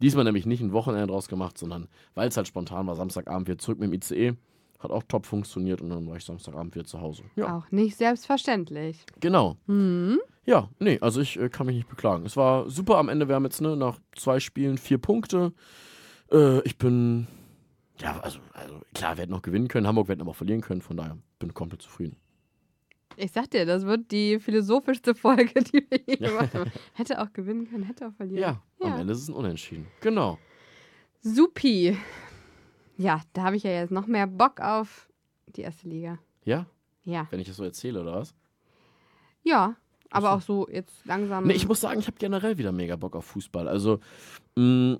Speaker 2: Diesmal nämlich nicht ein Wochenende draus gemacht, sondern weil es halt spontan war, Samstagabend wieder zurück mit dem ICE. Hat auch top funktioniert und dann war ich Samstagabend wieder zu Hause. Ja,
Speaker 3: Auch nicht selbstverständlich.
Speaker 2: genau.
Speaker 3: Hm.
Speaker 2: Ja, nee, also ich äh, kann mich nicht beklagen. Es war super am Ende. Wir haben jetzt ne, nach zwei Spielen vier Punkte. Äh, ich bin. Ja, also, also klar, wir hätten noch gewinnen können. Hamburg wir hätten aber auch verlieren können. Von daher bin ich komplett zufrieden.
Speaker 3: Ich sag dir, das wird die philosophischste Folge, die wir
Speaker 2: [LAUGHS]
Speaker 3: je gemacht haben. Hätte auch gewinnen können, hätte auch verlieren.
Speaker 2: Ja, am Ende ist es ein Unentschieden. Genau.
Speaker 3: Supi. Ja, da habe ich ja jetzt noch mehr Bock auf die erste Liga.
Speaker 2: Ja,
Speaker 3: Ja.
Speaker 2: wenn ich das so erzähle, oder was?
Speaker 3: Ja, aber
Speaker 2: Ach
Speaker 3: auch so jetzt langsam.
Speaker 2: Nee, ich muss sagen, ich habe generell wieder mega Bock auf Fußball. Also, mh,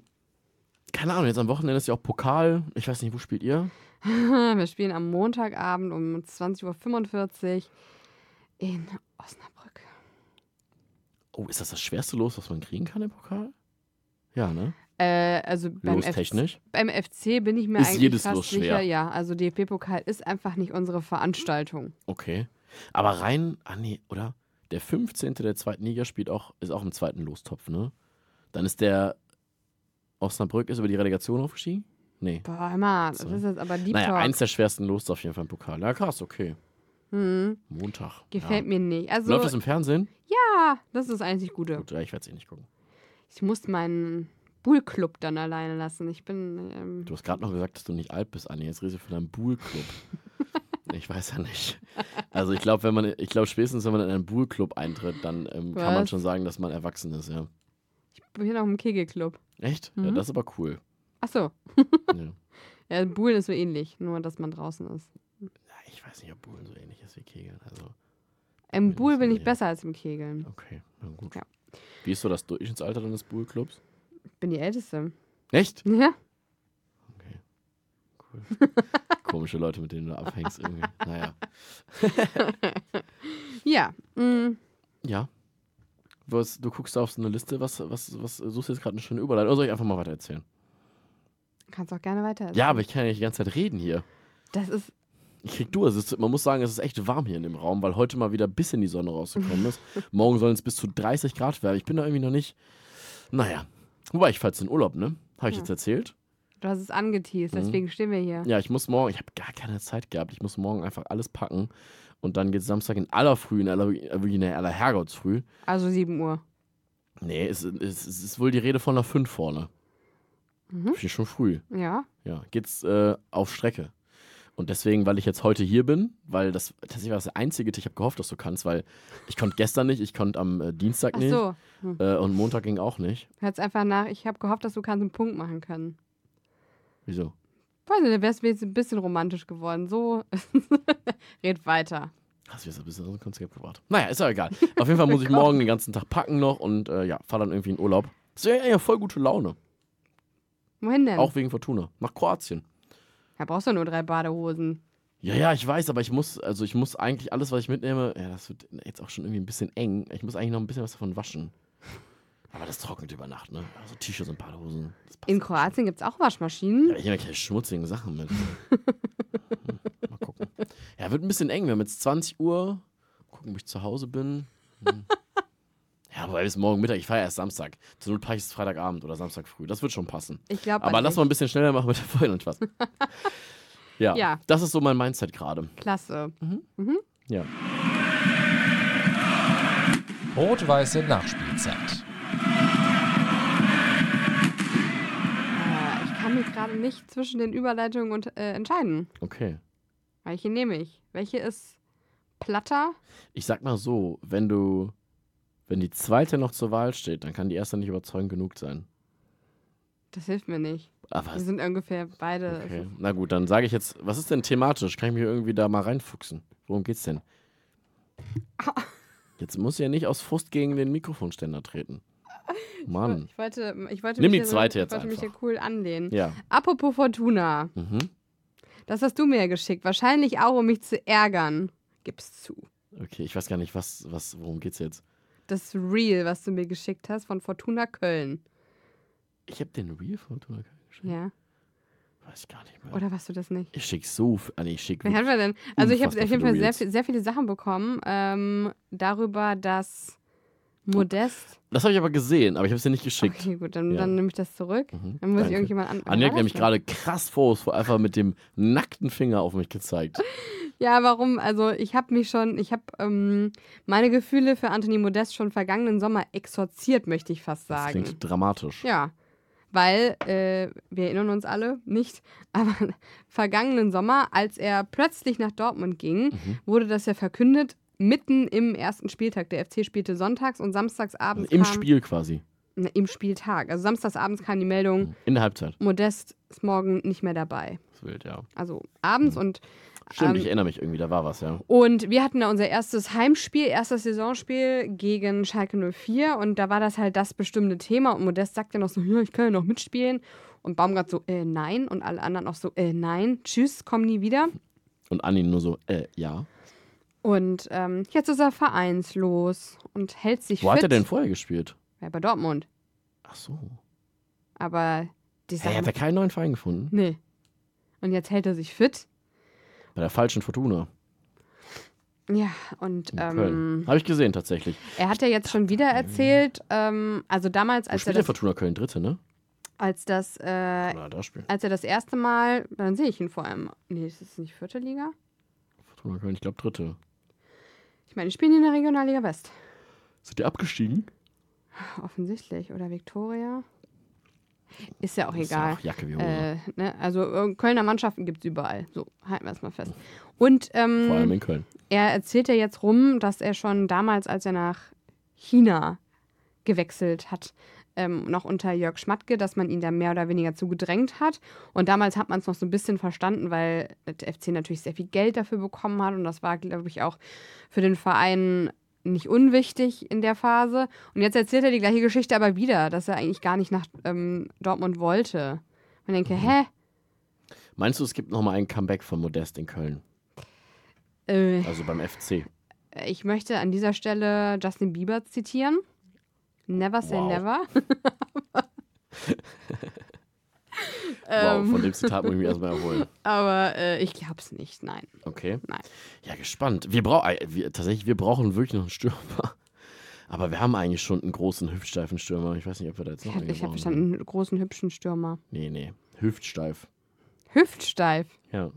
Speaker 2: keine Ahnung, jetzt am Wochenende ist ja auch Pokal. Ich weiß nicht, wo spielt ihr?
Speaker 3: [LAUGHS] wir spielen am Montagabend um 20.45 Uhr in Osnabrück.
Speaker 2: Oh, ist das das schwerste Los, was man kriegen kann im Pokal? Ja, ne?
Speaker 3: Äh, also beim FC,
Speaker 2: Lostechnisch.
Speaker 3: beim FC bin ich mir
Speaker 2: Ist
Speaker 3: eigentlich
Speaker 2: jedes
Speaker 3: fast
Speaker 2: Los schwer.
Speaker 3: sicher. Ja, also DFB-Pokal ist einfach nicht unsere Veranstaltung.
Speaker 2: Okay. Aber rein, ah nee, oder? Der 15. der zweiten Liga spielt auch, ist auch im zweiten Lostopf, ne? Dann ist der Osnabrück ist über die Relegation aufgestiegen? Nee.
Speaker 3: Boah, hör mal, das
Speaker 2: So.
Speaker 3: ist jetzt aber Deep
Speaker 2: Naja,
Speaker 3: Talk.
Speaker 2: eins der schwersten Los auf jeden Fall im Pokal. Ja, krass, okay.
Speaker 3: hm,
Speaker 2: Montag.
Speaker 3: gefällt
Speaker 2: ja.
Speaker 3: mir nicht. Also,
Speaker 2: Läuft das im Fernsehen?
Speaker 3: ja, das ist das einzig Gute.
Speaker 2: Gut, ja, ich werde es eh nicht gucken.
Speaker 3: Ich muss meinen Bullclub dann alleine lassen. Ich bin. Ähm,
Speaker 2: Du hast gerade noch gesagt, dass du nicht alt bist, Anni. Jetzt redest du von einem
Speaker 3: [LAUGHS]
Speaker 2: Bull-Club. ich weiß ja nicht. Also ich glaube, wenn man, ich glaube spätestens, wenn man in einen Bull-Club eintritt, dann ähm, kann man
Speaker 3: Was?
Speaker 2: schon sagen, dass man erwachsen ist, ja.
Speaker 3: ich bin auch im Kegelclub.
Speaker 2: Echt? Ja,
Speaker 3: Mhm.
Speaker 2: das ist aber cool.
Speaker 3: Achso,
Speaker 2: ja.
Speaker 3: ja, Bullen ist so ähnlich, nur dass man draußen ist.
Speaker 2: Ja, ich weiß nicht, ob Bullen so ähnlich ist wie Kegeln. Also,
Speaker 3: Im
Speaker 2: Mindestens,
Speaker 3: Bull bin ich
Speaker 2: ja.
Speaker 3: besser als im Kegeln.
Speaker 2: okay, na gut.
Speaker 3: Ja.
Speaker 2: Wie ist so das Durchschnittsalter deines Bull-Clubs?
Speaker 3: Bin die Älteste.
Speaker 2: Echt?
Speaker 3: Ja?
Speaker 2: Okay. Cool. Komische Leute, mit denen du abhängst
Speaker 3: [LAUGHS]
Speaker 2: irgendwie. Naja.
Speaker 3: Ja. mm,
Speaker 2: Ja. Was, du guckst da auf so eine Liste, was, was, was suchst du jetzt gerade eine schöne Überleitung? Oder soll ich einfach mal weiter erzählen?
Speaker 3: kannst auch gerne weiter.
Speaker 2: Ja, aber ich kann ja nicht die ganze Zeit reden hier.
Speaker 3: Das ist.
Speaker 2: Ich krieg du. Es ist, man muss sagen, es ist echt warm hier in dem Raum, weil heute mal wieder ein bisschen die Sonne rausgekommen
Speaker 3: [LAUGHS]
Speaker 2: ist. Morgen sollen es bis zu 30 Grad werden. Ich bin da irgendwie noch nicht. Naja. Wobei, ich fahre jetzt in Urlaub, ne? Habe ich
Speaker 3: Ja.
Speaker 2: jetzt erzählt?
Speaker 3: Du hast es angeteased,
Speaker 2: Mhm.
Speaker 3: deswegen stehen wir hier.
Speaker 2: Ja, ich muss morgen, ich habe gar keine Zeit gehabt. Ich muss morgen einfach alles packen. Und dann geht Samstag in aller Früh, in aller, wirklich in aller Herrgottsfrüh.
Speaker 3: Also 7 Uhr.
Speaker 2: Nee, es, es, es ist wohl die Rede von einer 5 vorne.
Speaker 3: Mhm.
Speaker 2: Ist schon früh.
Speaker 3: Ja.
Speaker 2: Ja, geht's äh, auf Strecke. Und deswegen, weil ich jetzt heute hier bin, weil das tatsächlich war das einzige, ich habe gehofft, dass du kannst, weil ich konnte gestern nicht, ich konnte am äh, Dienstag
Speaker 3: Ach
Speaker 2: nicht
Speaker 3: so.
Speaker 2: äh, und Montag ging auch nicht.
Speaker 3: Hört's einfach nach. Ich habe gehofft, dass du kannst einen Punkt machen können.
Speaker 2: Wieso?
Speaker 3: Weiß nicht, da wärst du jetzt ein bisschen romantisch geworden. So. [LAUGHS] Red weiter.
Speaker 2: Hast du jetzt ein bisschen aus dem Konzept gebracht. Naja, ist ja egal. Auf jeden Fall muss ich morgen den ganzen Tag packen noch und äh, ja, fahre dann irgendwie in Urlaub. Ist ja, ja voll gute Laune.
Speaker 3: Wohin denn?
Speaker 2: Auch wegen Fortuna. Nach Kroatien.
Speaker 3: Da brauchst du nur drei Badehosen.
Speaker 2: Ja, ja, ich weiß, aber ich muss, also ich muss eigentlich alles, was ich mitnehme, ja, das wird jetzt auch schon irgendwie ein bisschen eng. Ich muss eigentlich noch ein bisschen was davon waschen. Aber das trocknet über Nacht, ne? Also T-Shirts und Badehosen. Das passt
Speaker 3: In
Speaker 2: schon.
Speaker 3: Kroatien gibt's auch Waschmaschinen.
Speaker 2: Ja, ich nehme ja keine schmutzigen Sachen mit. Hm, Mal gucken. Ja, wird ein bisschen eng. Wir haben jetzt 20 Uhr. Mal gucken, ob ich zu Hause bin. Hm. Ja, aber bis morgen Mittag. Ich fahre ja erst Samstag. Zur Not packe ich es Freitagabend oder Samstag früh. Das wird schon passen.
Speaker 3: Ich glaube,
Speaker 2: Aber lass mal ein bisschen schneller machen mit der Folge und was. Ja,
Speaker 3: Ja.
Speaker 2: das ist so mein Mindset gerade.
Speaker 3: Klasse.
Speaker 2: Ja.
Speaker 1: Rot-weiße Nachspielzeit.
Speaker 3: Äh, ich kann mich gerade nicht zwischen den Überleitungen und, äh, entscheiden.
Speaker 2: Okay.
Speaker 3: Welche nehme ich? Welche ist platter?
Speaker 2: Ich sag mal so, wenn du, wenn die zweite noch zur Wahl steht, dann kann die erste nicht überzeugend genug sein.
Speaker 3: Das hilft mir nicht.
Speaker 2: Aber
Speaker 3: Wir sind ungefähr beide.
Speaker 2: Also okay. Na gut, dann sage ich jetzt, was ist denn thematisch? Kann ich mir irgendwie da mal reinfuchsen? Worum geht's
Speaker 3: [LAUGHS]
Speaker 2: denn? Jetzt muss ja nicht aus Frust gegen den Mikrofonständer treten. Mann.
Speaker 3: Ich wollte, ich wollte
Speaker 2: Nimm
Speaker 3: mich
Speaker 2: die
Speaker 3: hier
Speaker 2: zweite
Speaker 3: so,
Speaker 2: jetzt
Speaker 3: Ich wollte mich
Speaker 2: einfach.
Speaker 3: hier cool anlehnen.
Speaker 2: Ja.
Speaker 3: Apropos Fortuna.
Speaker 2: Mhm.
Speaker 3: Das hast du mir ja geschickt. Wahrscheinlich auch, um mich zu ärgern. Gib's zu.
Speaker 2: Okay, ich weiß gar nicht, was, was, worum geht's jetzt?
Speaker 3: Das Reel, was du mir geschickt hast von Fortuna Köln.
Speaker 2: Ich habe den Real von Tuna geschickt.
Speaker 3: Ja.
Speaker 2: Weiß ich gar nicht mehr.
Speaker 3: Oder warst du das nicht?
Speaker 2: ich schick so, viel- ah, nee, ich schick
Speaker 3: Wer hat wir denn? Also ich habe
Speaker 2: Unfassbar
Speaker 3: auf
Speaker 2: viele
Speaker 3: jeden Fall sehr,
Speaker 2: Reels.
Speaker 3: viel, sehr viele Sachen bekommen ähm, darüber, dass Modest.
Speaker 2: Das habe ich aber gesehen, aber ich habe es dir nicht geschickt.
Speaker 3: Okay, gut, dann,
Speaker 2: Ja.
Speaker 3: dann nehme ich das zurück.
Speaker 2: Mhm,
Speaker 3: Dann muss
Speaker 2: danke.
Speaker 3: ich irgendjemand an.
Speaker 2: Anja hat
Speaker 3: Wer war
Speaker 2: nämlich
Speaker 3: das
Speaker 2: gerade krass vorwurfsvoll einfach mit dem nackten Finger auf mich gezeigt.
Speaker 3: denn? Ja, warum? Also ich habe mich schon, ich habe ähm, meine Gefühle für Anthony Modest schon vergangenen Sommer exorziert, möchte ich fast
Speaker 2: Das
Speaker 3: sagen.
Speaker 2: klingt dramatisch.
Speaker 3: Ja. Weil, äh, wir erinnern uns alle nicht, [LAUGHS] aber
Speaker 2: Mhm.
Speaker 3: vergangenen Sommer, als er plötzlich nach Dortmund ging, wurde das ja verkündet, mitten im ersten Spieltag. Der FC spielte sonntags und samstagsabends.
Speaker 2: Im
Speaker 3: kam,
Speaker 2: Spiel quasi.
Speaker 3: Ne, Im Spieltag. Also samstagsabends kam die Meldung,
Speaker 2: In der Halbzeit.
Speaker 3: Modest ist morgen nicht mehr dabei.
Speaker 2: Das ist wild, ja.
Speaker 3: Also abends und
Speaker 2: Mhm. Stimmt,
Speaker 3: Ähm,
Speaker 2: ich erinnere mich irgendwie, da war was, ja.
Speaker 3: Und wir hatten da unser erstes Heimspiel, erstes Saisonspiel gegen Schalke 04 und da war das halt das bestimmte Thema und Modest sagte noch so, ja, ich kann ja noch mitspielen und Baumgart so, äh, nein und alle anderen auch so, äh, nein, tschüss, komm nie wieder.
Speaker 2: Und Anni nur so, äh, ja.
Speaker 3: Und ähm, jetzt ist er vereinslos und hält sich
Speaker 2: Wo
Speaker 3: fit.
Speaker 2: hat er denn vorher gespielt?
Speaker 3: Ja, bei Dortmund.
Speaker 2: Ach so.
Speaker 3: Aber die
Speaker 2: Hey,
Speaker 3: Sache,
Speaker 2: hat er keinen neuen Verein gefunden?
Speaker 3: nee. Und jetzt hält er sich fit.
Speaker 2: Bei der falschen Fortuna.
Speaker 3: Ja, und
Speaker 2: in
Speaker 3: ähm,
Speaker 2: Köln. Habe ich gesehen, tatsächlich.
Speaker 3: er hat ja jetzt schon wieder erzählt, ähm, also damals,
Speaker 2: Wo
Speaker 3: als er
Speaker 2: spielt der
Speaker 3: das,
Speaker 2: Fortuna Köln? Dritte, ne?
Speaker 3: als das äh,
Speaker 2: Oder da spielt
Speaker 3: als er das erste Mal, dann sehe ich ihn vor allem. Nee, ist das nicht vierte Liga?
Speaker 2: Fortuna Köln, ich glaube, dritte.
Speaker 3: Ich meine, die spielen in der Regionalliga West.
Speaker 2: Sind die abgestiegen?
Speaker 3: Offensichtlich. Oder Viktoria. Ist ja auch
Speaker 2: Ist ja
Speaker 3: egal.
Speaker 2: auch Jacke wie Hose.
Speaker 3: Äh, ne? Also äh, Kölner Mannschaften gibt es überall. So, halten wir es mal fest. Und
Speaker 2: Vor allem
Speaker 3: ähm,
Speaker 2: in Köln.
Speaker 3: er erzählt ja jetzt rum, dass er schon damals, als er nach China gewechselt hat, ähm, noch unter Jörg Schmatke, dass man ihn da mehr oder weniger zugedrängt hat. Und damals hat man es noch so ein bisschen verstanden, weil der FC natürlich sehr viel Geld dafür bekommen hat und das war, glaube ich, auch für den Verein nicht unwichtig in der Phase. Und jetzt erzählt er die gleiche Geschichte aber wieder, dass er eigentlich gar nicht nach ähm, Dortmund wollte. Man denke, hä?
Speaker 2: Meinst du, es gibt nochmal ein Comeback von Modest in Köln?
Speaker 3: Äh,
Speaker 2: Also beim FC.
Speaker 3: ich möchte an dieser Stelle Justin Bieber zitieren. Never say
Speaker 2: Wow.
Speaker 3: never.
Speaker 2: [LAUGHS]
Speaker 3: [LAUGHS]
Speaker 2: Wow,
Speaker 3: Ähm,
Speaker 2: von dem Zitat muss ich mich erstmal erholen.
Speaker 3: aber äh, ich glaub's nicht, nein.
Speaker 2: Okay.
Speaker 3: Nein.
Speaker 2: Ja, gespannt. Wir brauchen wir, tatsächlich, wir brauchen wirklich noch einen Stürmer. Aber wir haben eigentlich schon einen großen hüftsteifen Stürmer. Ich weiß nicht, ob wir da jetzt noch
Speaker 3: Ich hab,
Speaker 2: einen
Speaker 3: ich hab
Speaker 2: brauchen.
Speaker 3: verstanden, einen großen, hübschen Stürmer.
Speaker 2: Nee, nee. Hüftsteif.
Speaker 3: Hüftsteif.
Speaker 2: Ja.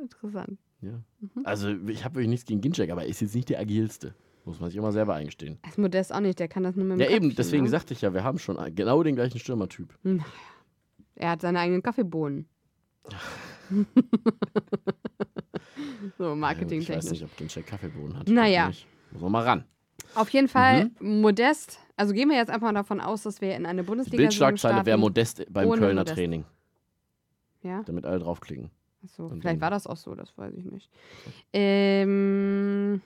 Speaker 3: Interessant.
Speaker 2: ja.
Speaker 3: Mhm.
Speaker 2: Also, ich habe wirklich nichts gegen Ginczek, aber er ist jetzt nicht der agilste. Muss man sich immer selber eingestehen.
Speaker 3: Das ist Modest auch nicht, der kann das nur mit dem
Speaker 2: Ja, eben,
Speaker 3: Köpfchen,
Speaker 2: deswegen
Speaker 3: ne?
Speaker 2: sagte ich ja, wir haben schon genau den gleichen Stürmertyp.
Speaker 3: Er hat seine eigenen Kaffeebohnen.
Speaker 2: [LAUGHS]
Speaker 3: so,
Speaker 2: Ich weiß
Speaker 3: marketingtechnisch.
Speaker 2: nicht, ob Ginczek Kaffeebohnen hat.
Speaker 3: Naja.
Speaker 2: Glaub nicht. Muss man mal ran.
Speaker 3: Auf jeden Fall
Speaker 2: Mhm.
Speaker 3: Modest. Also gehen wir jetzt einfach mal davon aus, dass wir in eine
Speaker 2: Die
Speaker 3: Bundesliga
Speaker 2: Bildschlagzeile wäre modest beim
Speaker 3: ohne
Speaker 2: Kölner
Speaker 3: Modest.
Speaker 2: Training,
Speaker 3: Ja,
Speaker 2: damit alle draufklicken.
Speaker 3: achso,
Speaker 2: Und
Speaker 3: vielleicht
Speaker 2: dann-
Speaker 3: war das auch so, das weiß ich nicht. Ähm,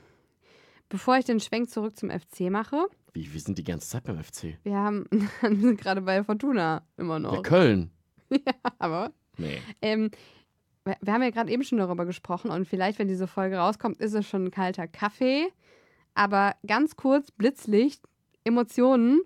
Speaker 3: bevor ich den Schwenk zurück zum FC mache,
Speaker 2: Wie, wir sind die ganze Zeit beim FC.
Speaker 3: wir haben [LAUGHS] wir sind gerade bei Fortuna immer
Speaker 2: Bei
Speaker 3: noch.
Speaker 2: Köln.
Speaker 3: Aber
Speaker 2: Nee.
Speaker 3: Ähm, wir wir haben ja gerade eben schon darüber gesprochen und vielleicht, wenn diese Folge rauskommt, ist es schon ein kalter Kaffee. Aber ganz kurz, Blitzlicht, Emotionen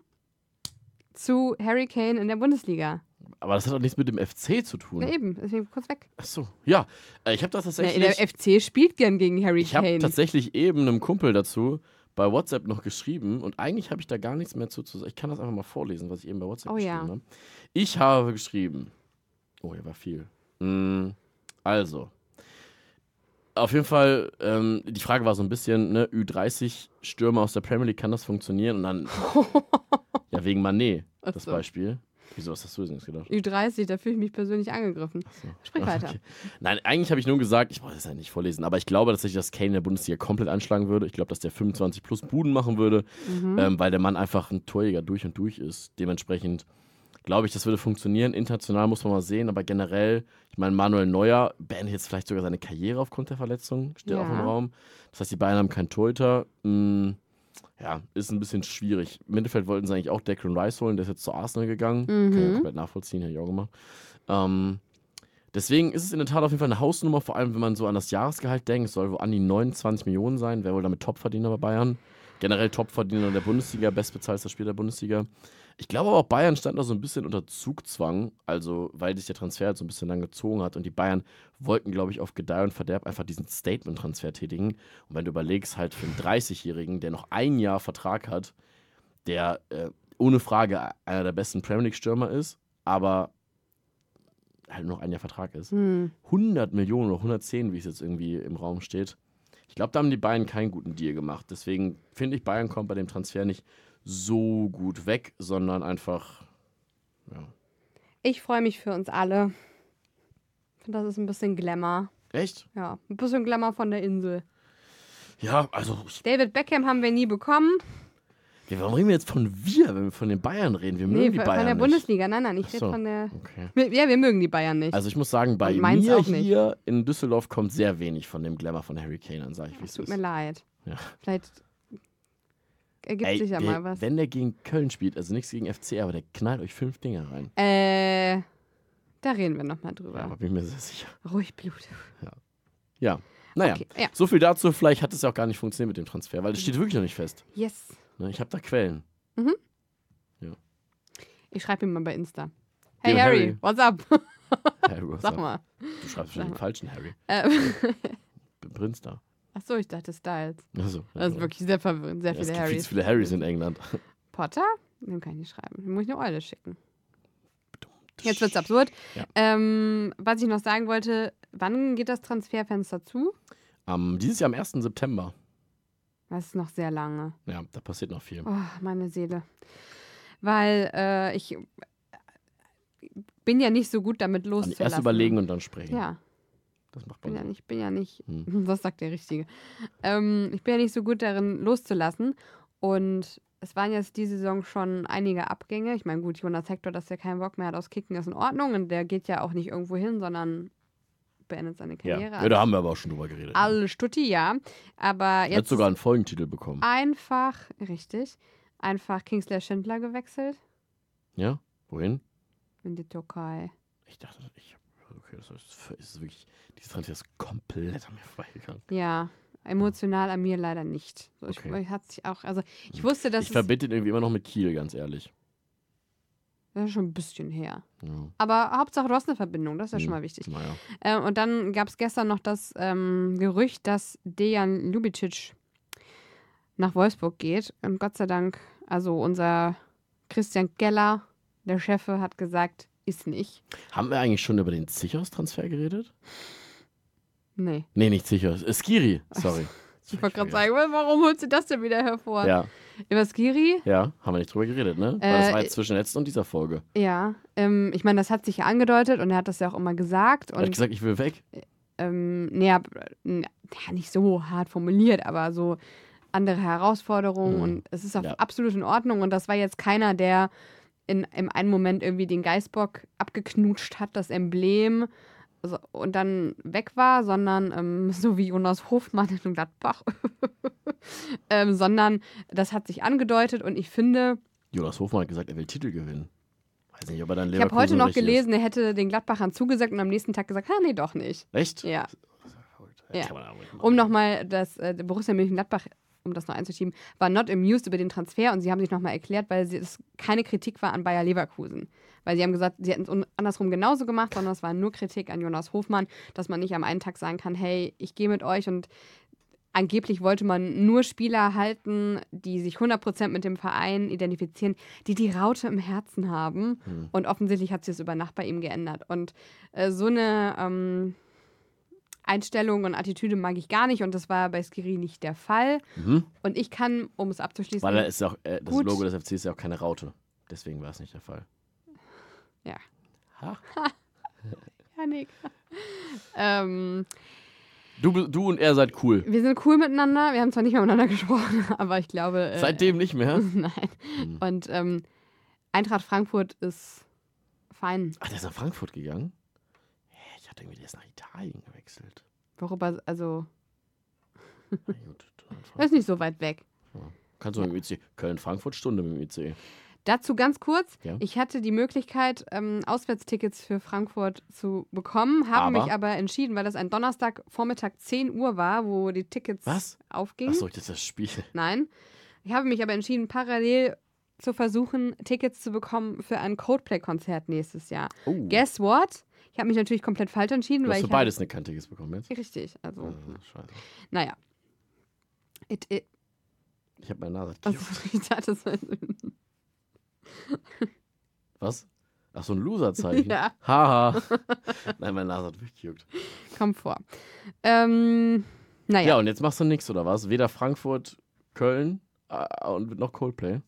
Speaker 3: zu Harry Kane in der Bundesliga.
Speaker 2: Aber das hat doch nichts mit dem FC zu tun.
Speaker 3: Na eben, deswegen kurz weg.
Speaker 2: Ach so, ja. Äh, Ich habe das
Speaker 3: Na, in
Speaker 2: tatsächlich.
Speaker 3: der FC spielt gern gegen Harry
Speaker 2: ich habe
Speaker 3: Kane.
Speaker 2: tatsächlich eben einem Kumpel dazu bei WhatsApp noch geschrieben und eigentlich habe ich da gar nichts mehr zu, zu sagen. Ich kann das einfach mal vorlesen, was ich eben bei WhatsApp
Speaker 3: Oh
Speaker 2: geschrieben
Speaker 3: ja.
Speaker 2: habe. Ich habe geschrieben. Oh, hier war viel. Mm, also. Auf jeden Fall, ähm, die Frage war so ein bisschen, ne, Ü30-Stürmer aus der Premier League, kann das funktionieren? Und
Speaker 3: [LAUGHS]
Speaker 2: dann, ja, wegen Manet,
Speaker 3: Ach
Speaker 2: das
Speaker 3: so.
Speaker 2: Beispiel. Wieso hast du das jetzt gedacht?
Speaker 3: Ü30, da fühle ich mich persönlich angegriffen. Sprich weiter.
Speaker 2: Okay. Nein, eigentlich habe ich nur gesagt, ich wollte es ja nicht vorlesen, aber ich glaube tatsächlich, dass Kane in der Bundesliga komplett anschlagen würde. Ich glaube, dass der 25 plus Buden machen würde,
Speaker 3: Mhm.
Speaker 2: ähm, weil der Mann einfach ein Torjäger durch und durch ist. Dementsprechend glaube ich, das würde funktionieren. International muss man mal sehen, aber generell, ich meine, Manuel Neuer beendet jetzt vielleicht sogar seine Karriere aufgrund der Verletzung, steht
Speaker 3: Ja.
Speaker 2: auch im Raum. Das heißt, die Bayern haben keinen Torhüter. Mm, ja, ist ein bisschen schwierig. Im Mittelfeld wollten sie eigentlich auch Declan Rice holen, der ist jetzt zu Arsenal gegangen. Kann ich auch
Speaker 3: Mhm.
Speaker 2: komplett nachvollziehen, hätte ich auch gemacht. Ähm, deswegen ist es in der Tat auf jeden Fall eine Hausnummer, vor allem wenn man so an das Jahresgehalt denkt. Es soll wohl an die 29 Millionen sein, wäre wohl damit Topverdiener bei Bayern. Generell Topverdiener der Bundesliga, bestbezahlter Spieler der Bundesliga. Ich glaube aber auch Bayern stand da so ein bisschen unter Zugzwang, also weil sich der Transfer halt so ein bisschen lang gezogen hat und die Bayern wollten, glaube ich, auf Gedeih und Verderb einfach diesen Statement-Transfer tätigen. Und wenn du überlegst, halt für einen 30-Jährigen, der noch ein Jahr Vertrag hat, der äh, ohne Frage einer der besten Premier League-Stürmer ist, aber halt nur noch ein Jahr Vertrag ist.
Speaker 3: Hm.
Speaker 2: 100 Millionen oder 110, wie es jetzt irgendwie im Raum steht. Ich glaube, da haben die Bayern keinen guten Deal gemacht. Deswegen finde ich, Bayern kommt bei dem Transfer nicht so gut weg, sondern einfach. Ja.
Speaker 3: Ich freue mich für uns alle. Ich finde, das ist ein bisschen Glamour.
Speaker 2: Echt?
Speaker 3: Ja, ein bisschen Glamour von der Insel.
Speaker 2: Ja, also, ich-
Speaker 3: David Beckham haben wir nie bekommen.
Speaker 2: ja, warum reden wir jetzt von wir, wenn wir von den Bayern reden? Wir mögen
Speaker 3: Nee,
Speaker 2: die
Speaker 3: von,
Speaker 2: Bayern
Speaker 3: von der
Speaker 2: nicht.
Speaker 3: Bundesliga. Nein, nein, ich
Speaker 2: Ach
Speaker 3: rede
Speaker 2: so.
Speaker 3: von der.
Speaker 2: Okay.
Speaker 3: Wir- Ja, wir mögen die Bayern nicht.
Speaker 2: Also ich muss sagen, bei
Speaker 3: Und meins
Speaker 2: mir
Speaker 3: auch nicht.
Speaker 2: hier in Düsseldorf kommt sehr wenig von dem Glamour von Harry Kane an, sage ich, wie es
Speaker 3: Tut
Speaker 2: ist.
Speaker 3: mir leid.
Speaker 2: Ja.
Speaker 3: Vielleicht ergibt
Speaker 2: Ey,
Speaker 3: sich ja
Speaker 2: der,
Speaker 3: mal was.
Speaker 2: Wenn der gegen Köln spielt, also nichts gegen FC, aber der knallt euch fünf Dinger rein.
Speaker 3: Äh, da reden wir nochmal drüber.
Speaker 2: Ja, aber bin mir sehr sicher.
Speaker 3: Ruhig Blut.
Speaker 2: Ja. Naja,
Speaker 3: Okay, ja.
Speaker 2: so viel dazu. Vielleicht hat es ja auch gar nicht funktioniert mit dem Transfer, weil das steht wirklich noch nicht fest.
Speaker 3: Yes.
Speaker 2: Ne, Ich habe da
Speaker 3: [LAUGHS]
Speaker 2: Quellen.
Speaker 3: Ich schreibe ihm mal bei Insta. Hey
Speaker 2: Dem
Speaker 3: Harry,
Speaker 2: Harry.
Speaker 3: what's up?
Speaker 2: Harry, was
Speaker 3: Sag
Speaker 2: ab?
Speaker 3: mal.
Speaker 2: Du schreibst schon
Speaker 3: Sag
Speaker 2: den
Speaker 3: mal.
Speaker 2: falschen Harry.
Speaker 3: Ähm, [LAUGHS]
Speaker 2: Bin Prinz da.
Speaker 3: Achso, ich dachte Styles.
Speaker 2: Also,
Speaker 3: Das ist wirklich sehr verwirrend. Sehr
Speaker 2: ja, es gibt viel
Speaker 3: viele
Speaker 2: zu
Speaker 3: Harrys.
Speaker 2: viele Harrys in England.
Speaker 3: Potter? Dem kann ich nicht schreiben. Dem muss ich eine Eule schicken. Jetzt wird's absurd.
Speaker 2: Ja.
Speaker 3: Ähm, was ich noch sagen wollte, wann geht das Transferfenster zu?
Speaker 2: [LAUGHS] Am- dieses Jahr am 1. September.
Speaker 3: Das ist noch sehr lange.
Speaker 2: Ja, da passiert noch viel.
Speaker 3: Oh, meine Seele. Weil äh, ich bin ja nicht so gut damit
Speaker 2: An-
Speaker 3: loszulassen.
Speaker 2: Erst überlegen und dann sprechen.
Speaker 3: ne? Ja,
Speaker 2: Das macht
Speaker 3: bin ja
Speaker 2: man.
Speaker 3: nicht, bin ja nicht, [LAUGHS]
Speaker 2: Hm.
Speaker 3: das sagt der Richtige. Ähm, ich bin ja nicht so gut darin loszulassen und es waren jetzt diese Saison schon einige Abgänge. Ich meine, gut, Jonas Hector, dass der keinen Bock mehr hat aus Kicken, ist in Ordnung und der geht ja auch nicht irgendwo hin, sondern beendet seine
Speaker 2: Ja.
Speaker 3: Karriere. Also
Speaker 2: ja, da haben wir aber auch schon drüber geredet. ne?
Speaker 3: Alle Stutti, ja. Aber
Speaker 2: Hat
Speaker 3: jetzt Ah.
Speaker 2: sogar einen Folgentitel bekommen.
Speaker 3: einfach, richtig, einfach Kingsley Schindler gewechselt.
Speaker 2: Ja? Wohin?
Speaker 3: In die Türkei.
Speaker 2: Ich dachte, ich okay, das ist, das ist wirklich, dieses Transfer ist komplett an mir vorbeigegangen.
Speaker 3: Ja, emotional an mir leider nicht. So, ich,
Speaker 2: Okay.
Speaker 3: ich hat sich auch, also ich wusste, dass
Speaker 2: ich
Speaker 3: es,
Speaker 2: verbinde ihn irgendwie immer noch mit Kiel, ganz ehrlich.
Speaker 3: das ist schon ein bisschen her.
Speaker 2: Ja.
Speaker 3: Aber Hauptsache, du hast eine Verbindung, das ist ja schon
Speaker 2: Hm.
Speaker 3: mal wichtig.
Speaker 2: Naja.
Speaker 3: Ähm, und dann gab es gestern noch das ähm, Gerücht, dass Dejan Ljubicic nach Wolfsburg geht. Und Gott sei Dank, also unser Christian Geller, der Chefe, hat gesagt, ist nicht.
Speaker 2: Haben wir eigentlich schon über den Zichos-Transfer geredet?
Speaker 3: Nee.
Speaker 2: Nee, nicht Zichos. Äh, Skiri, sorry.
Speaker 3: Ich wollte gerade sagen, warum holst du das denn wieder hervor?
Speaker 2: Ja,
Speaker 3: Über Skiri?
Speaker 2: ja, haben wir nicht drüber geredet, ne? Weil das
Speaker 3: Äh,
Speaker 2: war jetzt zwischen der letzten und dieser Folge.
Speaker 3: Ja. Ähm, ich meine, das hat sich ja angedeutet und er hat das ja auch immer gesagt.
Speaker 2: Er hat
Speaker 3: Und
Speaker 2: gesagt, ich will weg.
Speaker 3: ähm, nee, ab- n- ja, nicht so hart formuliert, aber so andere Herausforderungen
Speaker 2: Mhm.
Speaker 3: und es ist auch
Speaker 2: Ja.
Speaker 3: absolut in Ordnung und das war jetzt keiner, der in, im einen Moment irgendwie den Geißbock abgeknutscht hat, das Emblem so, und dann weg war, sondern ähm, [LAUGHS] so wie Jonas Hofmann in Gladbach, [LAUGHS] ähm, sondern das hat sich angedeutet und ich finde,
Speaker 2: Jonas Hofmann hat gesagt, er will Titel gewinnen. Weiß nicht, ob er dann
Speaker 3: ich habe heute
Speaker 2: Leverkusen
Speaker 3: noch
Speaker 2: richtig
Speaker 3: gelesen, er hätte den Gladbachern zugesagt und am nächsten Tag gesagt, ha, nee, doch nicht.
Speaker 2: Ist. Echt?
Speaker 3: Ja. Ja.
Speaker 2: Kann man aber nicht machen.
Speaker 3: Um nochmal das äh, Borussia Mönchengladbach, um das noch einzuschieben, war not amused über den Transfer und sie haben sich nochmal erklärt, weil sie- es keine Kritik war an Bayer Leverkusen. Weil sie haben gesagt, sie hätten es un- andersrum genauso gemacht, sondern es war nur Kritik an Jonas Hofmann, dass man nicht am einen Tag sagen kann, hey, ich gehe mit euch und angeblich wollte man nur Spieler halten, die sich 100% mit dem Verein identifizieren, die die Raute im Herzen haben.
Speaker 2: Hm.
Speaker 3: Und offensichtlich hat sich das über Nacht bei ihm geändert. Und äh, so eine ähm, Einstellung und Attitüde mag ich gar nicht. Und das war bei Skiri nicht der Fall.
Speaker 2: Mhm.
Speaker 3: Und ich kann, um es abzuschließen,
Speaker 2: Weil da ist ja auch, äh, das
Speaker 3: Gut.
Speaker 2: Logo des FC ist ja auch keine Raute. Deswegen war es nicht der Fall.
Speaker 3: Ja.
Speaker 2: Ha.
Speaker 3: ja, nee. [LAUGHS] ähm,
Speaker 2: Du, bi- du und er seid cool.
Speaker 3: wir sind cool miteinander. Wir haben zwar nicht mehr miteinander [LAUGHS] gesprochen, aber ich glaube. äh,
Speaker 2: Seitdem nicht
Speaker 3: [LAUGHS]
Speaker 2: mehr.
Speaker 3: Nein.
Speaker 2: Hm.
Speaker 3: Und ähm, Eintracht Frankfurt ist fein.
Speaker 2: Ach, der ist nach Frankfurt gegangen? Hä, ich hatte irgendwie, der ist nach Italien gewechselt.
Speaker 3: Worüber, also,
Speaker 2: Na gut, dann
Speaker 3: das
Speaker 2: Frankfurt.
Speaker 3: ist nicht so weit weg.
Speaker 2: Kannst du mit dem IC. Köln-Frankfurt-Stunde mit dem IC.
Speaker 3: Dazu ganz kurz.
Speaker 2: Ja.
Speaker 3: Ich hatte die Möglichkeit, ähm, Auswärtstickets für Frankfurt zu bekommen, habe
Speaker 2: Aber?
Speaker 3: mich aber entschieden, weil das ein Donnerstagvormittag 10 Uhr war, wo die Tickets
Speaker 2: Was?
Speaker 3: aufgingen.
Speaker 2: Achso, das ist das Spiel.
Speaker 3: Nein. Ich habe mich aber entschieden, parallel zu versuchen, Tickets zu bekommen für ein Coldplay-Konzert nächstes Jahr.
Speaker 2: Oh.
Speaker 3: Guess what? Ich habe mich natürlich komplett falsch entschieden,
Speaker 2: du hast
Speaker 3: weil
Speaker 2: für
Speaker 3: ich. halt hab-
Speaker 2: beides eine Kantiges bekommen jetzt?
Speaker 3: Richtig, also,
Speaker 2: Äh, scheiße.
Speaker 3: naja. It, it,
Speaker 2: Ich habe meine Nase.
Speaker 3: also,
Speaker 2: gejuckt.
Speaker 3: ich dachte, das war-
Speaker 2: Was? Ach, so ein Loser-Zeichen.
Speaker 3: [LAUGHS] Ja.
Speaker 2: Haha. Nein, meine Nase hat weggejuckt.
Speaker 3: komm vor. Ähm, naja.
Speaker 2: Ja. und jetzt machst du nichts, oder was? Weder Frankfurt, Köln äh, und noch Coldplay.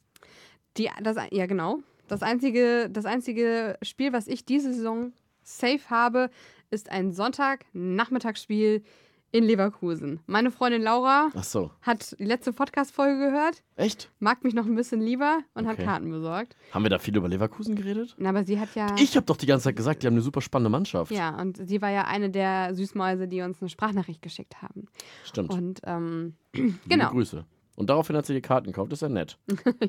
Speaker 3: Die, das, ja, genau. Das einzige, das einzige Spiel, was ich diese Saison safe habe, ist ein Sonntagnachmittagsspiel in Leverkusen. Meine Freundin Laura
Speaker 2: Ach so,
Speaker 3: hat die letzte Podcast-Folge gehört,
Speaker 2: echt?
Speaker 3: mag mich noch ein bisschen lieber und hat
Speaker 2: Okay.
Speaker 3: Karten besorgt.
Speaker 2: Haben wir da viel über Leverkusen geredet?
Speaker 3: Na, Aber sie hat ja.
Speaker 2: Ich habe doch die ganze Zeit gesagt, die haben eine super spannende Mannschaft.
Speaker 3: Ja, und sie war ja eine der Süßmäuse, die uns eine Sprachnachricht geschickt haben.
Speaker 2: Stimmt.
Speaker 3: Und ähm, [LAUGHS]
Speaker 2: Liebe
Speaker 3: genau.
Speaker 2: Grüße. Und daraufhin hat sie die Karten gekauft, ist ja nett.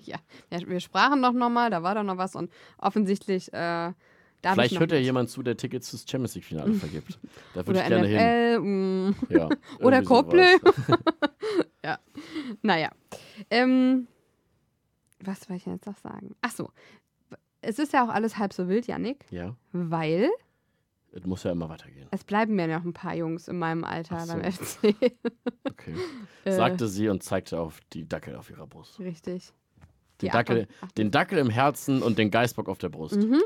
Speaker 3: ja, ja, wir sprachen doch nochmal, da war doch noch was und offensichtlich. Äh, da hab ich
Speaker 2: Vielleicht
Speaker 3: noch
Speaker 2: hört ja
Speaker 3: was.
Speaker 2: jemand zu, der Tickets fürs Champions
Speaker 3: [LAUGHS]
Speaker 2: League-Finale vergibt. Da würde
Speaker 3: Oder
Speaker 2: ich gerne hin.
Speaker 3: NFL. mm. [LAUGHS]
Speaker 2: Ja,
Speaker 3: Oder
Speaker 2: irgendwie sowas.
Speaker 3: Copley. Naja. Ähm, was wollte ich denn jetzt noch sagen? Ach so. Es ist ja auch alles halb so wild, Yannick,
Speaker 2: Ja,
Speaker 3: weil
Speaker 2: es muss ja immer weitergehen.
Speaker 3: es bleiben mir noch ein paar Jungs in meinem Alter
Speaker 2: Ach
Speaker 3: beim FC.
Speaker 2: Okay.
Speaker 3: Äh,
Speaker 2: Sagte sie und zeigte auf die Dackel auf ihrer Brust.
Speaker 3: Richtig.
Speaker 2: Den,
Speaker 3: Ab-
Speaker 2: Dackel, den Dackel im Herzen und den Geißbock auf der Brust.
Speaker 3: Mhm.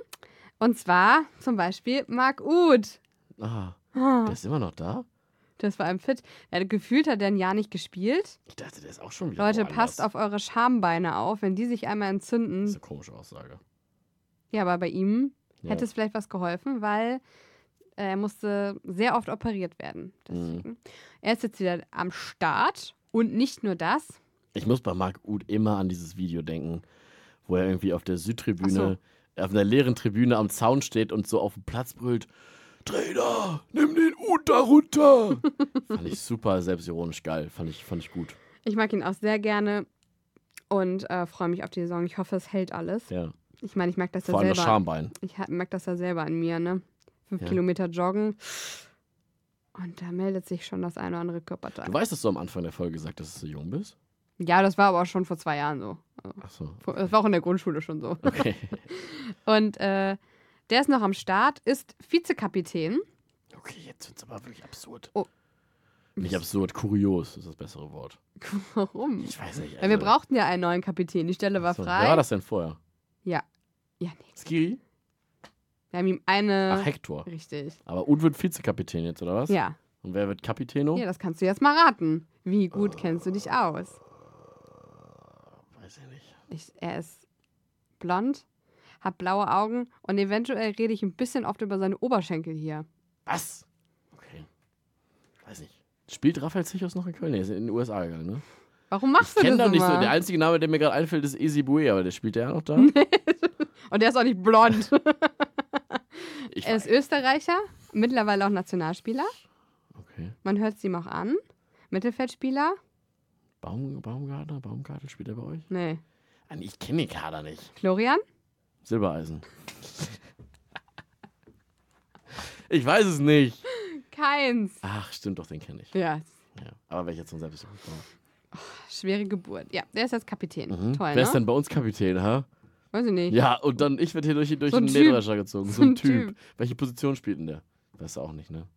Speaker 3: Und zwar zum Beispiel Marc Uth.
Speaker 2: Ah,
Speaker 3: Oh,
Speaker 2: der ist immer noch da?
Speaker 3: das war ein Fit. Er hat gefühlt hat er ein Jahr nicht gespielt.
Speaker 2: Ich dachte, der ist auch schon wieder
Speaker 3: Leute,
Speaker 2: woanders.
Speaker 3: passt auf eure Schambeine auf, wenn die sich einmal
Speaker 2: Das ist
Speaker 3: entzünden.
Speaker 2: eine komische Aussage.
Speaker 3: Ja, aber bei ihm
Speaker 2: Ja.
Speaker 3: hätte es vielleicht was geholfen, weil äh, er musste sehr oft operiert werden. Deswegen.
Speaker 2: Mhm.
Speaker 3: Er ist jetzt wieder am Start und nicht nur das.
Speaker 2: Ich muss bei Marc Uth immer an dieses Video denken, wo er irgendwie auf der Südtribüne, auf einer leeren Tribüne am Zaun steht und so auf dem Platz brüllt: Trainer, nimm den Uth da
Speaker 3: [LAUGHS]
Speaker 2: runter! fand ich super selbstironisch geil, fand ich, fand ich gut.
Speaker 3: Ich mag ihn auch sehr gerne und äh, freue mich auf die Saison. Ich hoffe, es hält alles.
Speaker 2: Ja.
Speaker 3: Ich meine, ich mag das ja
Speaker 2: Vor allem das
Speaker 3: selber.
Speaker 2: Schambein.
Speaker 3: Ich ha- merke das ja selber an mir, ne? Fünf
Speaker 2: Ja.
Speaker 3: Kilometer joggen. Und da meldet sich schon das ein oder andere Körperteil.
Speaker 2: Du weißt, dass du am Anfang der Folge gesagt hast, dass du jung bist?
Speaker 3: Ja, das war aber auch schon vor zwei Jahren so.
Speaker 2: Achso.
Speaker 3: Vor- Das war auch in der Grundschule schon so. [LAUGHS]
Speaker 2: Okay.
Speaker 3: Und äh, der ist noch am Start, ist Vizekapitän.
Speaker 2: Okay, jetzt wird's aber wirklich absurd.
Speaker 3: Oh.
Speaker 2: Nicht absurd, kurios ist das bessere Wort.
Speaker 3: Warum?
Speaker 2: Ich weiß nicht.
Speaker 3: Weil wir
Speaker 2: also-
Speaker 3: brauchten ja einen neuen Kapitän. Die Stelle war
Speaker 2: Achso,
Speaker 3: frei.
Speaker 2: Wer war das denn vorher?
Speaker 3: Ja, nee.
Speaker 2: Skiri?
Speaker 3: Wir haben ihm eine.
Speaker 2: Ach, Hector.
Speaker 3: Richtig.
Speaker 2: Aber Uth wird Vizekapitän jetzt, oder was?
Speaker 3: Ja.
Speaker 2: Und wer wird Capitano?
Speaker 3: ja, das kannst du jetzt mal raten. Wie
Speaker 2: Oh.
Speaker 3: gut kennst du dich aus?
Speaker 2: Weiß ich nicht.
Speaker 3: Ich, er ist blond, hat blaue Augen und eventuell rede ich ein bisschen oft über seine Oberschenkel hier.
Speaker 2: Was? Okay. Weiß nicht. Spielt Raphael Zichos noch in Köln? Nee, ist in den USA gegangen, ne?
Speaker 3: Warum machst
Speaker 2: ich
Speaker 3: du
Speaker 2: kenne
Speaker 3: das
Speaker 2: doch nicht so.
Speaker 3: immer?
Speaker 2: Der einzige Name, der mir gerade einfällt, ist Easy Bue, aber der spielt ja noch
Speaker 3: [LAUGHS]
Speaker 2: da.
Speaker 3: und der ist auch nicht
Speaker 2: [LAUGHS]
Speaker 3: blond.
Speaker 2: Ich
Speaker 3: er ist
Speaker 2: weiß.
Speaker 3: Österreicher, mittlerweile auch Nationalspieler.
Speaker 2: Okay.
Speaker 3: Man hört es ihm auch an. Mittelfeldspieler?
Speaker 2: Baum, Baumgartner? Baumgartel spielt er bei euch?
Speaker 3: Nee.
Speaker 2: Ah, nee, Ich kenne den Kader nicht.
Speaker 3: Florian?
Speaker 2: Silbereisen. ich weiß es nicht.
Speaker 3: Keins.
Speaker 2: Ach, stimmt doch, den kenne ich.
Speaker 3: Ja,
Speaker 2: Ja. Aber welcher zum Selbst?
Speaker 3: schwere Geburt. Ja, der ist jetzt Kapitän.
Speaker 2: Mhm.
Speaker 3: Toll,
Speaker 2: Wer ist
Speaker 3: ne?
Speaker 2: denn bei uns Kapitän, ha?
Speaker 3: Weiß ich nicht. [LAUGHS]
Speaker 2: Ja, und dann ich werde hier durch, durch
Speaker 3: So ein
Speaker 2: den
Speaker 3: Typ.
Speaker 2: Mähdrescher gezogen. So
Speaker 3: So
Speaker 2: ein,
Speaker 3: ein
Speaker 2: typ.
Speaker 3: Typ.
Speaker 2: Welche Position spielt denn der? Weißt du auch nicht,
Speaker 3: [LAUGHS]
Speaker 2: ne?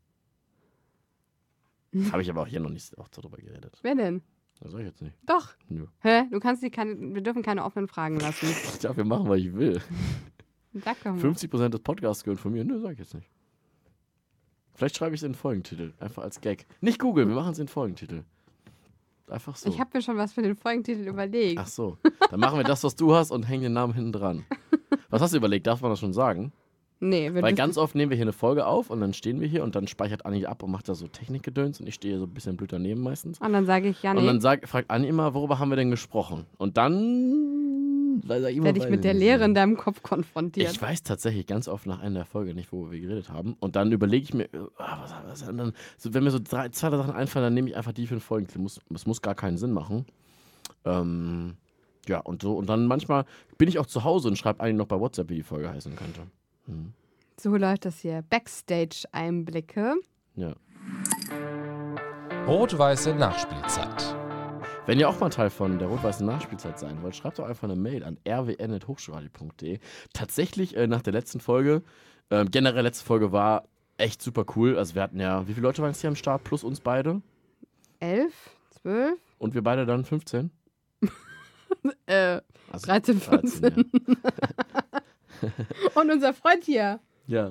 Speaker 2: Habe ich aber auch hier noch nicht auch darüber geredet.
Speaker 3: Wer denn?
Speaker 2: Das sag ich jetzt nicht.
Speaker 3: Doch.
Speaker 2: Nö.
Speaker 3: Hä? Du kannst die keine, wir dürfen keine offenen Fragen lassen.
Speaker 2: Ich darf ja machen, was ich will.
Speaker 3: Sag doch mal.
Speaker 2: 50% des Podcasts gehören von mir. Nö, sag ich jetzt nicht. Vielleicht schreibe ich es in den Folgentitel. Einfach als Gag. Nicht Google, wir machen es in den Folgentitel. Einfach so.
Speaker 3: Ich habe mir schon was für den Folgentitel überlegt.
Speaker 2: Ach so. Dann machen wir das, was du hast und hängen den Namen hinten
Speaker 3: [LAUGHS]
Speaker 2: dran. Was hast du überlegt? Darf man das schon sagen?
Speaker 3: Nee, wir
Speaker 2: Weil
Speaker 3: dürfen-
Speaker 2: ganz oft nehmen wir hier eine Folge auf und dann stehen wir hier und dann speichert Anni ab und macht da so Technikgedöns und ich stehe so ein bisschen blöd daneben meistens.
Speaker 3: Und dann sage ich, ja,
Speaker 2: Und dann
Speaker 3: nee,
Speaker 2: sag, fragt Anni immer, worüber haben wir denn gesprochen? Und dann werde
Speaker 3: werde ich mit der Lehre in deinem Kopf konfrontiert.
Speaker 2: Ich weiß tatsächlich ganz oft nach einer der Folge nicht, worüber wir geredet haben. Und dann überlege ich mir, äh, ah, was, was, und dann, so, wenn mir so drei, zwei drei Sachen einfallen, dann nehme ich einfach die für den Folgen. Muss, es muss gar keinen Sinn machen. Ähm, ja, und so. Und dann manchmal bin ich auch zu Hause und schreibe Anni noch bei WhatsApp, wie die Folge heißen könnte. Hm.
Speaker 3: so läuft das hier. Backstage-Einblicke.
Speaker 2: Ja.
Speaker 1: Rot-weiße Nachspielzeit.
Speaker 2: Wenn ihr auch mal Teil von der rot-weißen Nachspielzeit sein wollt, schreibt doch einfach eine Mail an rwn.hochschulradio.de. Tatsächlich äh, nach der letzten Folge, ähm, generell letzte Folge war echt super cool. Also wir hatten ja, wie viele Leute waren es hier am Start? Plus uns beide
Speaker 3: Elf, zwölf,
Speaker 2: und wir beide dann 15?
Speaker 3: äh,
Speaker 2: Also
Speaker 3: 13, 15. Und unser Freund hier.
Speaker 2: ja. ja.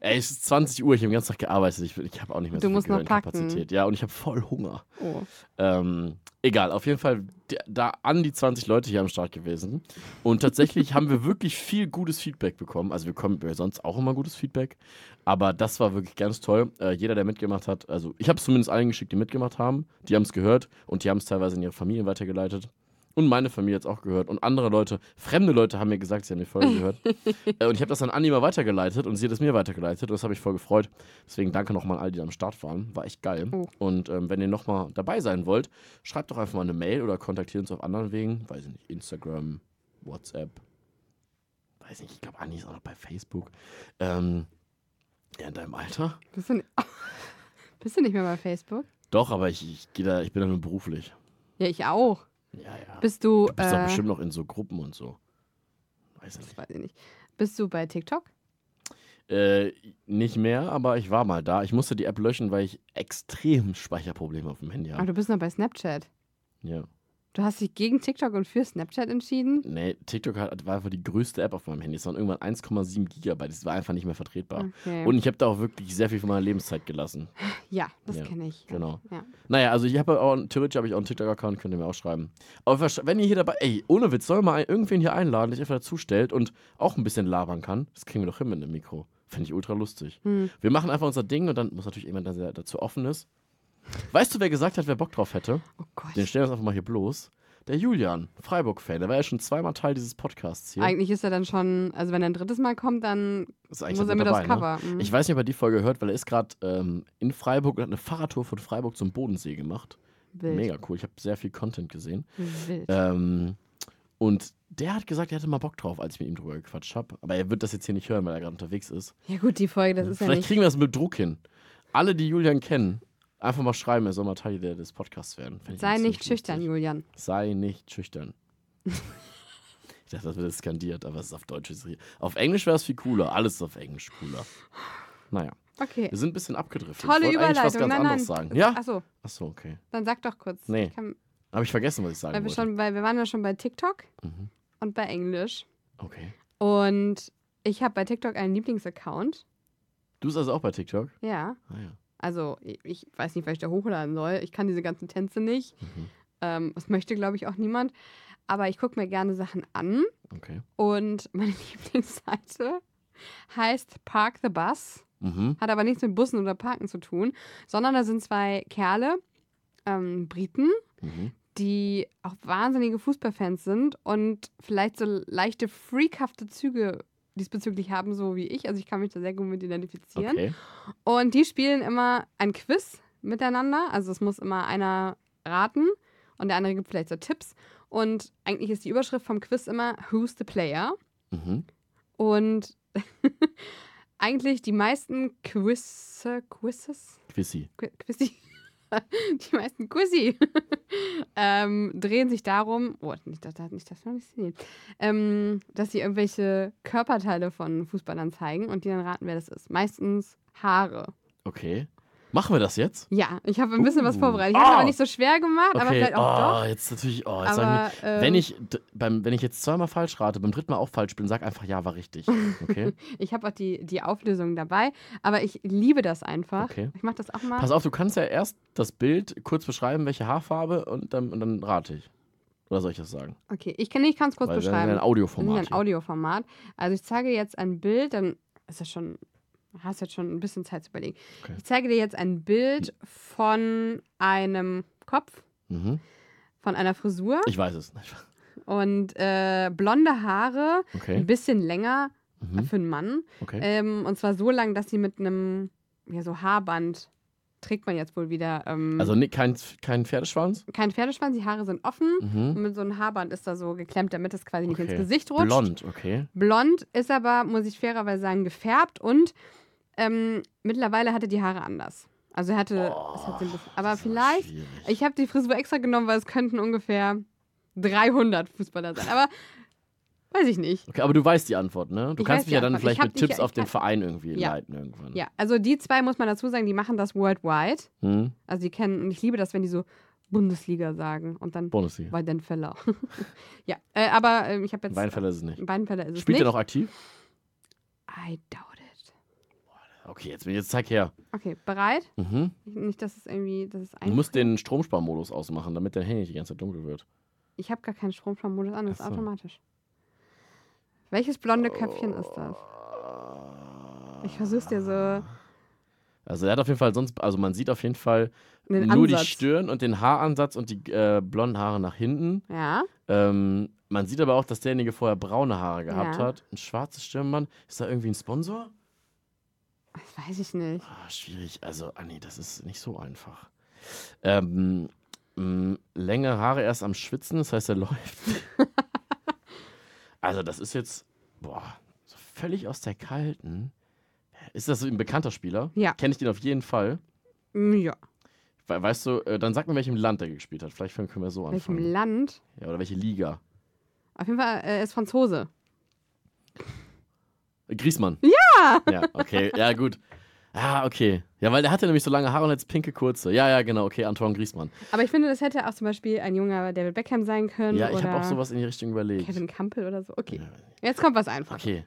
Speaker 2: Ey, es ist 20 Uhr, ich habe den ganzen Tag gearbeitet. Ich, ich habe auch nicht mehr
Speaker 3: Du
Speaker 2: so
Speaker 3: musst
Speaker 2: viel
Speaker 3: noch packen.
Speaker 2: Kapazität. Ja, und ich habe voll Hunger.
Speaker 3: Oh.
Speaker 2: Ähm, egal, auf jeden Fall d- da an die 20 Leute hier am Start gewesen. Und tatsächlich haben wir wirklich viel gutes Feedback bekommen. Also wir bekommen ja sonst auch immer gutes Feedback. Aber das war wirklich ganz toll. Äh, jeder, der mitgemacht hat, also ich habe es zumindest allen geschickt, die mitgemacht haben. Die haben es gehört und die haben es teilweise in ihre Familien weitergeleitet. Und meine Familie hat es auch gehört. Und andere Leute, fremde Leute haben mir gesagt, sie haben die Folge gehört. Äh, und ich habe das an Anima weitergeleitet und sie hat es mir weitergeleitet. Und das habe ich voll gefreut. Deswegen danke nochmal an all die, die am Start waren. War echt geil.
Speaker 3: Oh.
Speaker 2: Und ähm, wenn ihr nochmal dabei sein wollt, schreibt doch einfach mal eine Mail oder kontaktiert uns auf anderen Wegen. Weiß ich nicht, Instagram, WhatsApp. Weiß nicht, ich glaube, Anni ist auch noch bei Facebook. Ähm, ja, in deinem Alter?
Speaker 3: Bist du, ni- [LAUGHS] bist du nicht mehr bei Facebook?
Speaker 2: Doch, aber ich, ich, geh da, ich bin da nur beruflich.
Speaker 3: Ja, ich auch.
Speaker 2: Ja, ja.
Speaker 3: Bist du.
Speaker 2: du bist doch
Speaker 3: äh,
Speaker 2: bestimmt noch in so Gruppen und so. Weiß ich nicht.
Speaker 3: das weiß ich nicht. Bist du bei TikTok?
Speaker 2: Äh, nicht mehr, aber ich war mal da. Ich musste die App löschen, weil ich extrem Speicherprobleme auf dem Handy
Speaker 3: Aber
Speaker 2: habe.
Speaker 3: du bist noch bei Snapchat.
Speaker 2: Ja.
Speaker 3: Ah, Du hast dich gegen TikTok und für Snapchat entschieden?
Speaker 2: Nee, TikTok hat, war einfach die größte App auf meinem Handy. Es waren irgendwann 1,7 Gigabyte. Das war einfach nicht mehr vertretbar.
Speaker 3: Okay.
Speaker 2: Und ich habe da auch wirklich sehr viel von meiner Lebenszeit gelassen.
Speaker 3: ja, das
Speaker 2: Ja,
Speaker 3: kenne ich.
Speaker 2: Genau.
Speaker 3: Ja.
Speaker 2: Naja, also ich habe auch, theoretisch habe ich auch einen TikTok-Account, könnt ihr mir auch schreiben. Aber versch- wenn ihr hier dabei, ey, ohne Witz, soll mal ein- irgendwen hier einladen, der sich einfach dazustellt und auch ein bisschen labern kann. Das kriegen wir doch hin mit einem Mikro. Finde ich ultra lustig.
Speaker 3: Hm.
Speaker 2: Wir machen einfach unser Ding und dann muss natürlich jemand, der dazu offen ist. Weißt du, wer gesagt hat, wer Bock drauf hätte?
Speaker 3: Oh Gott.
Speaker 2: Den stellen wir uns einfach mal hier bloß. Der Julian, Freiburg-Fan, der war ja schon zweimal Teil dieses Podcasts hier.
Speaker 3: Eigentlich ist er dann schon, also wenn er ein drittes Mal kommt, dann
Speaker 2: ist
Speaker 3: muss er
Speaker 2: mit
Speaker 3: mit aufs
Speaker 2: dabei, ne?
Speaker 3: Cover. Mhm.
Speaker 2: Ich weiß nicht, ob er die Folge hört, weil er ist gerade ähm, in Freiburg und hat eine Fahrradtour von Freiburg zum Bodensee gemacht.
Speaker 3: Wild.
Speaker 2: Mega cool. Ich habe sehr viel Content gesehen.
Speaker 3: Wild.
Speaker 2: Ähm, und der hat gesagt, er hätte mal Bock drauf, als ich mit ihm drüber gequatscht habe. Aber er wird das jetzt hier nicht hören, weil er gerade unterwegs ist.
Speaker 3: ja gut, die Folge, das ist ja
Speaker 2: Vielleicht
Speaker 3: nicht.
Speaker 2: kriegen wir das mit Druck hin. Alle, die Julian kennen, einfach mal schreiben, er soll mal Teil der- des Podcasts werden. Fänd ich
Speaker 3: Sei
Speaker 2: ein
Speaker 3: nicht
Speaker 2: bisschen
Speaker 3: schüchtern,
Speaker 2: lustig.
Speaker 3: Julian.
Speaker 2: Sei nicht schüchtern. [LAUGHS] ich dachte, das wird jetzt skandiert, aber es ist auf Deutsch. ist hier- Auf Englisch wäre es viel cooler. Alles ist auf Englisch cooler. Naja,
Speaker 3: Okay.
Speaker 2: wir sind ein bisschen abgedriftet. ich
Speaker 3: Tolle
Speaker 2: wollte eigentlich was
Speaker 3: Überleitung.
Speaker 2: ganz
Speaker 3: Nein, nein.
Speaker 2: anderes sagen. Ja?
Speaker 3: Achso,
Speaker 2: Achso, okay.
Speaker 3: dann sag doch kurz.
Speaker 2: Nee.
Speaker 3: Ich kann,
Speaker 2: Habe ich vergessen, was ich sagen
Speaker 3: weil wir,
Speaker 2: wollte.
Speaker 3: schon bei, wir waren ja schon bei TikTok
Speaker 2: Mhm.
Speaker 3: und bei Englisch.
Speaker 2: Okay.
Speaker 3: Und ich habe bei TikTok einen Lieblingsaccount.
Speaker 2: Du bist also auch bei TikTok?
Speaker 3: Ja.
Speaker 2: Ah ja.
Speaker 3: Also, ich- ich weiß nicht, was ich da hochladen soll. Ich kann diese ganzen Tänze nicht.
Speaker 2: Mhm.
Speaker 3: Ähm, das möchte, glaube ich, auch niemand. Aber ich gucke mir gerne Sachen an.
Speaker 2: Okay.
Speaker 3: Und meine [LAUGHS] Lieblingsseite heißt Park the Bus.
Speaker 2: Mhm.
Speaker 3: Hat aber nichts mit Bussen oder Parken zu tun, sondern da sind zwei Kerle, ähm, Briten,
Speaker 2: Mhm.
Speaker 3: die auch wahnsinnige Fußballfans sind und vielleicht so leichte freakhafte Züge diesbezüglich haben, so wie ich. Also ich kann mich da sehr gut mit identifizieren.
Speaker 2: Okay.
Speaker 3: Und die spielen immer ein Quiz miteinander. Also es muss immer einer raten und der andere gibt vielleicht so Tipps. Und eigentlich ist die Überschrift vom Quiz immer Who's the Player?
Speaker 2: Mhm.
Speaker 3: Und [LAUGHS] eigentlich die meisten Quiz, Quizzes,
Speaker 2: Quizzy.
Speaker 3: Qui- Quizzi, [LAUGHS] die meisten Quizzi [LAUGHS] ähm, drehen sich darum, oh, ich darf, ich darf noch nicht sehen, ähm, dass sie irgendwelche Körperteile von Fußballern zeigen und die dann raten, wer das ist. Meistens Haare.
Speaker 2: Okay. Machen wir das jetzt?
Speaker 3: Ja, ich habe ein bisschen was
Speaker 2: Uh.
Speaker 3: vorbereitet. Ich habe es
Speaker 2: Ah.
Speaker 3: aber nicht so schwer gemacht, aber
Speaker 2: Okay.
Speaker 3: vielleicht auch
Speaker 2: oh, jetzt natürlich. Oh,
Speaker 3: doch.
Speaker 2: jetzt sag
Speaker 3: Aber,
Speaker 2: ich,
Speaker 3: ähm,
Speaker 2: mir- wenn ich d- beim, wenn ich jetzt zweimal falsch rate, beim dritten Mal auch falsch bin, sag einfach ja, war
Speaker 3: [LAUGHS]
Speaker 2: richtig. Okay.
Speaker 3: ich habe auch die, die Auflösung dabei, aber ich liebe das einfach.
Speaker 2: Okay.
Speaker 3: Ich mache das auch mal.
Speaker 2: Pass auf, du kannst ja erst das Bild kurz beschreiben, welche Haarfarbe und dann, und dann rate ich. Oder soll ich das sagen?
Speaker 3: Okay, ich kann ich kann es kurz
Speaker 2: Weil wir sind ja
Speaker 3: beschreiben.
Speaker 2: ein Audioformat.
Speaker 3: Wir sind ja
Speaker 2: hier.
Speaker 3: ein Audioformat. Also ich zeige jetzt ein Bild, dann ist das schon, hast jetzt schon ein bisschen Zeit zu überlegen.
Speaker 2: Okay.
Speaker 3: Ich zeige dir jetzt ein Bild von einem Kopf,
Speaker 2: mhm.
Speaker 3: von einer Frisur
Speaker 2: Ich weiß es.
Speaker 3: und äh, blonde Haare,
Speaker 2: [LAUGHS] Okay.
Speaker 3: ein bisschen länger
Speaker 2: Mhm.
Speaker 3: für einen Mann.
Speaker 2: Okay.
Speaker 3: Ähm, und zwar so lang, dass sie mit einem ja, so Haarband trägt man jetzt wohl wieder. Ähm,
Speaker 2: Also nee, kein, kein Pferdeschwanz?
Speaker 3: kein Pferdeschwanz, die Haare sind offen. Und
Speaker 2: Mhm.
Speaker 3: mit so einem Haarband ist da so geklemmt, damit es quasi nicht
Speaker 2: Okay.
Speaker 3: ins Gesicht rutscht.
Speaker 2: Blond,
Speaker 3: Äh,
Speaker 2: okay.
Speaker 3: Blond ist aber, muss ich fairerweise sagen, gefärbt und ähm, mittlerweile hatte die Haare anders. Also er hatte, es hat sie ein bisschen, aber
Speaker 2: Oh, das ist
Speaker 3: vielleicht,
Speaker 2: schwierig.
Speaker 3: ich habe die Frisur extra genommen, weil es könnten ungefähr 300 Fußballer sein. Aber weiß ich nicht.
Speaker 2: Okay, aber du weißt die Antwort, ne? Du
Speaker 3: Ich weiß
Speaker 2: kannst mich
Speaker 3: die
Speaker 2: ja dann
Speaker 3: Antwort. Ich
Speaker 2: vielleicht
Speaker 3: hab
Speaker 2: mit
Speaker 3: dich ja-
Speaker 2: Tipps
Speaker 3: ich
Speaker 2: auf den
Speaker 3: kann-
Speaker 2: Verein irgendwie
Speaker 3: Ja.
Speaker 2: leiten irgendwann.
Speaker 3: Ja, also die zwei muss man dazu sagen, die machen das worldwide.
Speaker 2: Hm?
Speaker 3: Also die kennen, und ich liebe das, wenn die so Bundesliga sagen und dann
Speaker 2: Bundesliga.
Speaker 3: Weidenfeller. [LAUGHS] ja, äh, aber ähm, ich habe jetzt.
Speaker 2: Weinfeller ist es nicht.
Speaker 3: Weidenfeller ist es
Speaker 2: Spielt
Speaker 3: nicht.
Speaker 2: er noch aktiv?
Speaker 3: I doubt it.
Speaker 2: Okay, jetzt bin ich jetzt zeig her.
Speaker 3: Okay, bereit?
Speaker 2: Mhm.
Speaker 3: Nicht, dass es irgendwie, dass es
Speaker 2: Du
Speaker 3: ein.
Speaker 2: musst den Stromsparmodus ausmachen, damit dein Handy nicht die ganze Zeit dunkel wird.
Speaker 3: ich habe gar keinen Stromsparmodus an, das ist
Speaker 2: Ach so.
Speaker 3: automatisch. Welches blonde Köpfchen ist das? Ich versuch's dir so
Speaker 2: Oh. Also er hat auf jeden Fall sonst, also man sieht auf jeden Fall
Speaker 3: einen
Speaker 2: nur die
Speaker 3: Ansatz.
Speaker 2: Stirn und den Haaransatz und die äh, blonden Haare nach hinten.
Speaker 3: ja,
Speaker 2: Ähm, man sieht aber auch, dass derjenige vorher braune Haare gehabt
Speaker 3: Ja.
Speaker 2: hat. Ein schwarzes Stirnband. Ist da irgendwie ein Sponsor?
Speaker 3: das weiß ich nicht.
Speaker 2: Ah, schwierig. Also, ah nee, das ist nicht so einfach. Ähm, mh, längere Haare erst am Schwitzen, das heißt, er [LAUGHS] läuft. also, das ist jetzt, boah, so völlig aus der Kalten. Ist das so ein bekannter Spieler?
Speaker 3: Ja.
Speaker 2: Kenne ich den auf jeden Fall.
Speaker 3: Hm, Ja,
Speaker 2: We weißt du, äh, dann sag mir, welchem Land er gespielt hat. Vielleicht können wir so
Speaker 3: welchem
Speaker 2: anfangen.
Speaker 3: Land?
Speaker 2: ja, oder welche Liga?
Speaker 3: Auf jeden Fall, äh, er ist Franzose.
Speaker 2: Äh, Griesmann. Ja! Ja, okay, ja, gut. Ah, okay. Ja, weil der hatte nämlich so lange Haare und jetzt pinke kurze. Ja, ja, genau, okay, Antoine Griesmann.
Speaker 3: Aber ich finde, das hätte auch zum Beispiel ein junger David Beckham sein können.
Speaker 2: Ja, ich
Speaker 3: oder
Speaker 2: habe auch sowas in die Richtung überlegt.
Speaker 3: Kevin Campbell oder so. Okay,
Speaker 2: Ja.
Speaker 3: jetzt kommt was einfach.
Speaker 2: Okay.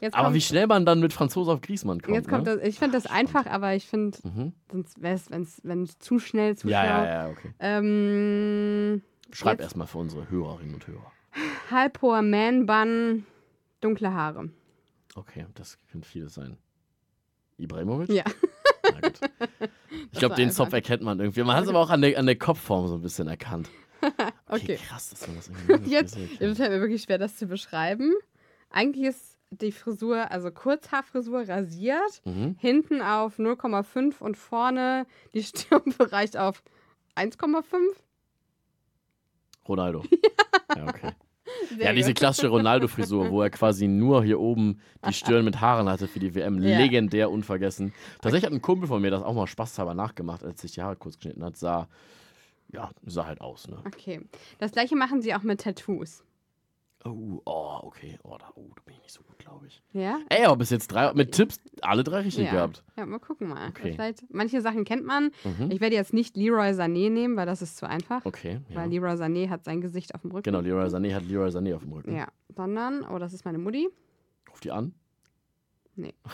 Speaker 3: Jetzt
Speaker 2: Aber
Speaker 3: kommt,
Speaker 2: wie schnell man dann mit Franzose auf Griesmann kommt.
Speaker 3: jetzt kommt
Speaker 2: ne?
Speaker 3: das, ich finde das einfach, aber ich finde,
Speaker 2: Mhm.
Speaker 3: sonst wäre es, wenn es zu schnell, zu
Speaker 2: Ja,
Speaker 3: schlau.
Speaker 2: ja, ja, okay.
Speaker 3: Ähm,
Speaker 2: Schreib
Speaker 3: Jetzt-
Speaker 2: erstmal für unsere Hörerinnen und Hörer.
Speaker 3: halbhoher Man-Bun, dunkle Haare.
Speaker 2: Okay, das kann vieles sein. Ibrahimovic?
Speaker 3: Ja.
Speaker 2: Na gut. Ich glaube,
Speaker 3: war
Speaker 2: den
Speaker 3: einfach.
Speaker 2: Zopf erkennt man irgendwie. Man hat es aber auch an der, an der Kopfform so ein bisschen
Speaker 3: [LAUGHS]
Speaker 2: erkannt.
Speaker 3: Okay.
Speaker 2: krass, dass man das irgendwie
Speaker 3: Jetzt,
Speaker 2: nicht
Speaker 3: es
Speaker 2: gesehen
Speaker 3: fällt mir wirklich schwer, das zu beschreiben. Eigentlich ist die Frisur, also Kurzhaarfrisur rasiert,
Speaker 2: hat. Mhm.
Speaker 3: hinten auf 0,5 und vorne die [LAUGHS] Stirn bereicht auf 1,5. [LAUGHS]
Speaker 2: Ronaldo. Ja, okay.
Speaker 3: Sehr
Speaker 2: Ja, diese
Speaker 3: gut.
Speaker 2: klassische Ronaldo-Frisur, wo er quasi nur hier oben
Speaker 3: [LAUGHS]
Speaker 2: die Stirn mit Haaren hatte für die WM.
Speaker 3: Ja.
Speaker 2: Legendär unvergessen. Tatsächlich hat ein Kumpel von mir das auch mal spaßhalber nachgemacht, als sich die Haare kurz geschnitten hat. Sah, ja, sah halt aus, ne?
Speaker 3: Okay. Das gleiche machen sie auch mit Tattoos.
Speaker 2: Oh, oh okay. Oh, da, oh, da bin ich nicht so gut, glaube ich.
Speaker 3: Ja?
Speaker 2: Ey, aber bis jetzt drei, mit Tipps alle drei richtig
Speaker 3: ja.
Speaker 2: gehabt.
Speaker 3: Ja, mal gucken mal.
Speaker 2: Okay.
Speaker 3: Vielleicht, manche Sachen kennt man.
Speaker 2: Mhm.
Speaker 3: Ich werde jetzt nicht Leroy Sané nehmen, weil das ist zu einfach.
Speaker 2: Okay, ja.
Speaker 3: Weil Leroy Sané hat sein Gesicht auf dem Rücken.
Speaker 2: Genau, Leroy Sané hat Leroy Sané auf dem Rücken.
Speaker 3: Ja, sondern, oh, das ist meine Mutti.
Speaker 2: Ruf die an.
Speaker 3: Nee.
Speaker 2: [LAUGHS]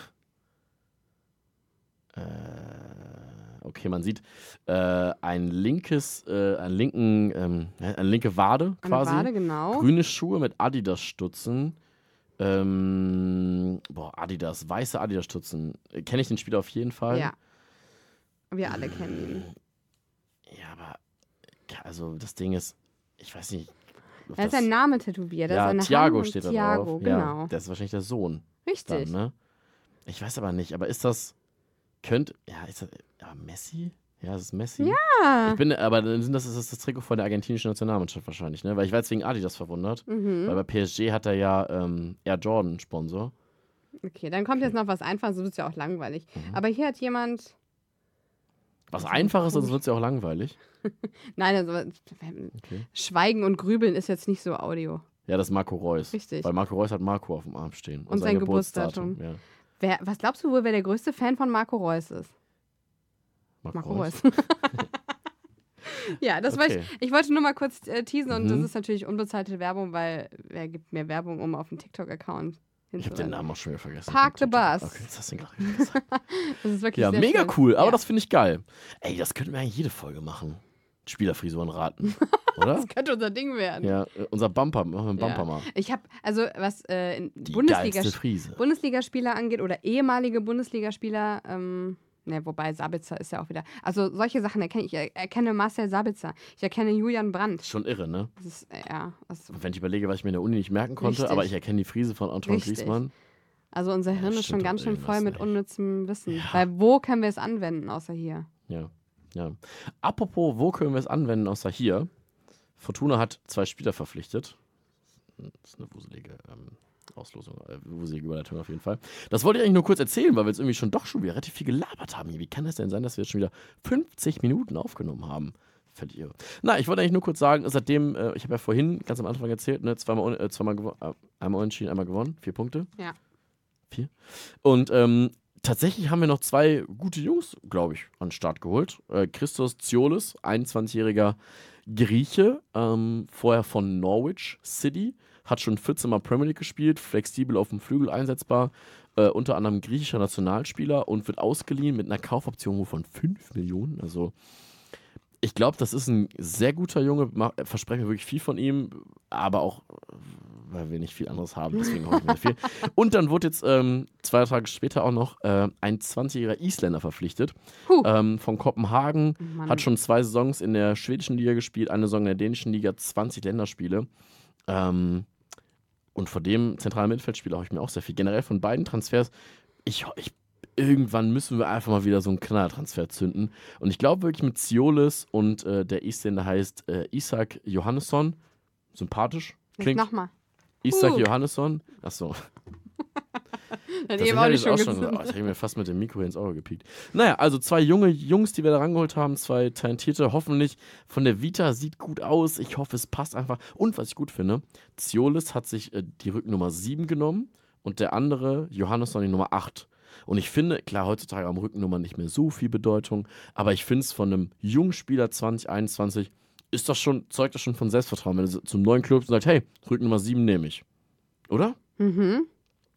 Speaker 2: Äh, okay, man sieht äh, ein linkes, äh, einen linken, ähm, äh, eine linke Wade
Speaker 3: Eine
Speaker 2: quasi.
Speaker 3: Wade, genau.
Speaker 2: Grüne Schuhe mit Adidas-Stutzen. Ähm, boah, Adidas, weiße Adidas-Stutzen. Äh, Kenne ich den Spieler auf jeden Fall.
Speaker 3: Ja. Wir alle kennen ihn.
Speaker 2: Ja, aber äh, also das Ding ist, ich weiß nicht. ob
Speaker 3: Da ist
Speaker 2: das-
Speaker 3: sein Name tätowiert. da ist
Speaker 2: ja,
Speaker 3: eine
Speaker 2: Thiago
Speaker 3: Hand
Speaker 2: steht da
Speaker 3: und Thiago,
Speaker 2: drauf. Ja,
Speaker 3: genau.
Speaker 2: das ist wahrscheinlich der Sohn.
Speaker 3: Richtig.
Speaker 2: dann, ne? Ich weiß aber nicht, aber ist das. Könnte. Ja, ist das. Aber Messi? Ja, es ist Messi.
Speaker 3: Ah.
Speaker 2: Ich bin, aber dann sind das ist das, das Trikot von der argentinischen Nationalmannschaft wahrscheinlich, ne? Weil ich war jetzt wegen Adidas verwundert.
Speaker 3: Mhm.
Speaker 2: Weil bei PSG hat er ja ähm, Air Jordan Sponsor.
Speaker 3: Okay, dann kommt jetzt noch was Einfaches, so ist ja auch langweilig.
Speaker 2: Mhm.
Speaker 3: Aber hier hat jemand.
Speaker 2: Was
Speaker 3: Das ist
Speaker 2: einfaches,
Speaker 3: komisch.
Speaker 2: sonst wird es ja auch langweilig.
Speaker 3: Nein, also
Speaker 2: Okay.
Speaker 3: Schweigen und Grübeln ist jetzt nicht so Audio.
Speaker 2: Ja, das ist Marco Reus.
Speaker 3: Richtig.
Speaker 2: Weil Marco Reus hat Marco auf dem Arm stehen.
Speaker 3: Und sein Geburtsdatum.
Speaker 2: Ja.
Speaker 3: Wer, was glaubst du wohl, wer der größte Fan von Marco Reus ist?
Speaker 2: Marco,
Speaker 3: Marco
Speaker 2: Reus. [LAUGHS]
Speaker 3: Reus. ja, das
Speaker 2: Okay.
Speaker 3: wollte ich, ich wollte nur mal kurz äh, teasen und
Speaker 2: Mhm.
Speaker 3: das ist natürlich unbezahlte Werbung, weil wer gibt mir Werbung, um auf den TikTok-Account
Speaker 2: Ich habe den Namen auch schon wieder vergessen.
Speaker 3: Park the
Speaker 2: Von TikTok.
Speaker 3: Bus.
Speaker 2: Okay, das hast du gerade wieder gesagt.
Speaker 3: Das ist wirklich
Speaker 2: Ja,
Speaker 3: sehr
Speaker 2: mega
Speaker 3: schön.
Speaker 2: cool, aber
Speaker 3: Ja.
Speaker 2: das finde ich geil. Ey, das könnten wir eigentlich jede Folge machen. Spielerfrisuren
Speaker 3: [LAUGHS]
Speaker 2: raten. Oder?
Speaker 3: Das könnte unser Ding werden.
Speaker 2: ja, äh, unser Bumper, machen wir einen
Speaker 3: Ja.
Speaker 2: Bumper mal.
Speaker 3: Ich habe, also was äh, in
Speaker 2: Die
Speaker 3: Bundesliga
Speaker 2: geilste Frise.
Speaker 3: Bundesligaspieler angeht oder ehemalige Bundesligaspieler, ähm, ne, wobei Sabitzer ist ja auch wieder. Also solche Sachen erkenne ich. Ich erkenne Marcel Sabitzer, ich erkenne Julian Brandt.
Speaker 2: Schon irre, ne?
Speaker 3: Das ist, äh, ja, das ist,
Speaker 2: Und Wenn ich überlege, was ich mir in der Uni nicht merken konnte,
Speaker 3: Richtig.
Speaker 2: aber ich erkenne die Frise von Anton
Speaker 3: Richtig.
Speaker 2: Griezmann.
Speaker 3: also unser Hirn ist schon
Speaker 2: stimmt
Speaker 3: ganz
Speaker 2: doch
Speaker 3: schön voll
Speaker 2: irgendwas
Speaker 3: mit
Speaker 2: nicht.
Speaker 3: unnützem Wissen.
Speaker 2: Ja.
Speaker 3: Weil wo können wir es anwenden, außer hier?
Speaker 2: Ja. ja. Apropos, wo können wir es anwenden, außer hier? Fortuna hat zwei Spieler verpflichtet. Das ist eine wuselige ähm, Auslosung, äh, wuselige Überleitung auf jeden Fall. Das wollte ich eigentlich nur kurz erzählen, weil wir jetzt irgendwie schon doch schon wieder relativ viel gelabert haben. hier. Wie kann das denn sein, dass wir jetzt schon wieder 50 Minuten aufgenommen haben? Völlig irre. Na, ich wollte eigentlich nur kurz sagen, seitdem, äh, ich habe ja vorhin ganz am Anfang erzählt, ne, zweimal, un- äh, zweimal gewo- äh, einmal unentschieden, einmal gewonnen, vier Punkte.
Speaker 3: Ja.
Speaker 2: Vier. Und ähm, tatsächlich haben wir noch zwei gute Jungs, glaube ich, an den Start geholt. Äh, Christos Ziolis, 21-jähriger Grieche, ähm, vorher von Norwich City, hat schon 14 Mal Premier League gespielt, flexibel auf dem Flügel einsetzbar. äh, unter anderem griechischer Nationalspieler und wird ausgeliehen mit einer Kaufoption von 5 Millionen. Also ich glaube, das ist ein sehr guter Junge, ma- verspreche mir wirklich viel von ihm, aber auch, äh, weil wir nicht viel anderes haben, deswegen hoffe ich mir viel. Und dann wurde jetzt ähm, zwei Tage später auch noch äh, ein 20-jähriger Isländer verpflichtet
Speaker 3: Huh.
Speaker 2: ähm, von Kopenhagen.
Speaker 3: Mann.
Speaker 2: Hat schon zwei Saisons in der schwedischen Liga gespielt, eine Saison in der dänischen Liga, 20 Länderspiele. Ähm, und von dem zentralen Mittelfeldspieler habe ich mir auch sehr viel. Generell von beiden Transfers, ich, ich, irgendwann müssen wir einfach mal wieder so einen Knalltransfer zünden. Und ich glaube wirklich mit Ziolis und äh, der Isländer heißt äh, Isaac Johannesson. Sympathisch.
Speaker 3: Jetzt
Speaker 2: Klingt [LAUGHS]
Speaker 3: nochmal.
Speaker 2: Isaac
Speaker 3: Uh.
Speaker 2: Johannesson. Achso.
Speaker 3: Hätte [LAUGHS]
Speaker 2: Das
Speaker 3: ich
Speaker 2: hätte
Speaker 3: aber auch
Speaker 2: ich
Speaker 3: nicht schon
Speaker 2: jetzt auch schon gesagt.
Speaker 3: gesehen.
Speaker 2: Oh, ich hätte mir fast mit dem Mikro hier ins Auge gepiekt. Naja, also zwei junge Jungs, die wir da rangeholt haben, zwei talentierte, hoffentlich von der Vita, sieht gut aus. Ich hoffe, es passt einfach. Und was ich gut finde, Ziolis hat sich äh, die Rückennummer 7 genommen und der andere, Johannesson, die Nummer 8. Und ich finde, klar, heutzutage am Rückennummer nicht mehr so viel Bedeutung, aber ich finde es von einem jungen Spieler 2021 ist das schon, zeugt das schon von Selbstvertrauen, wenn er zum neuen Club sagt, hey, Rückennummer 7 nehme ich. Oder?
Speaker 3: Mhm.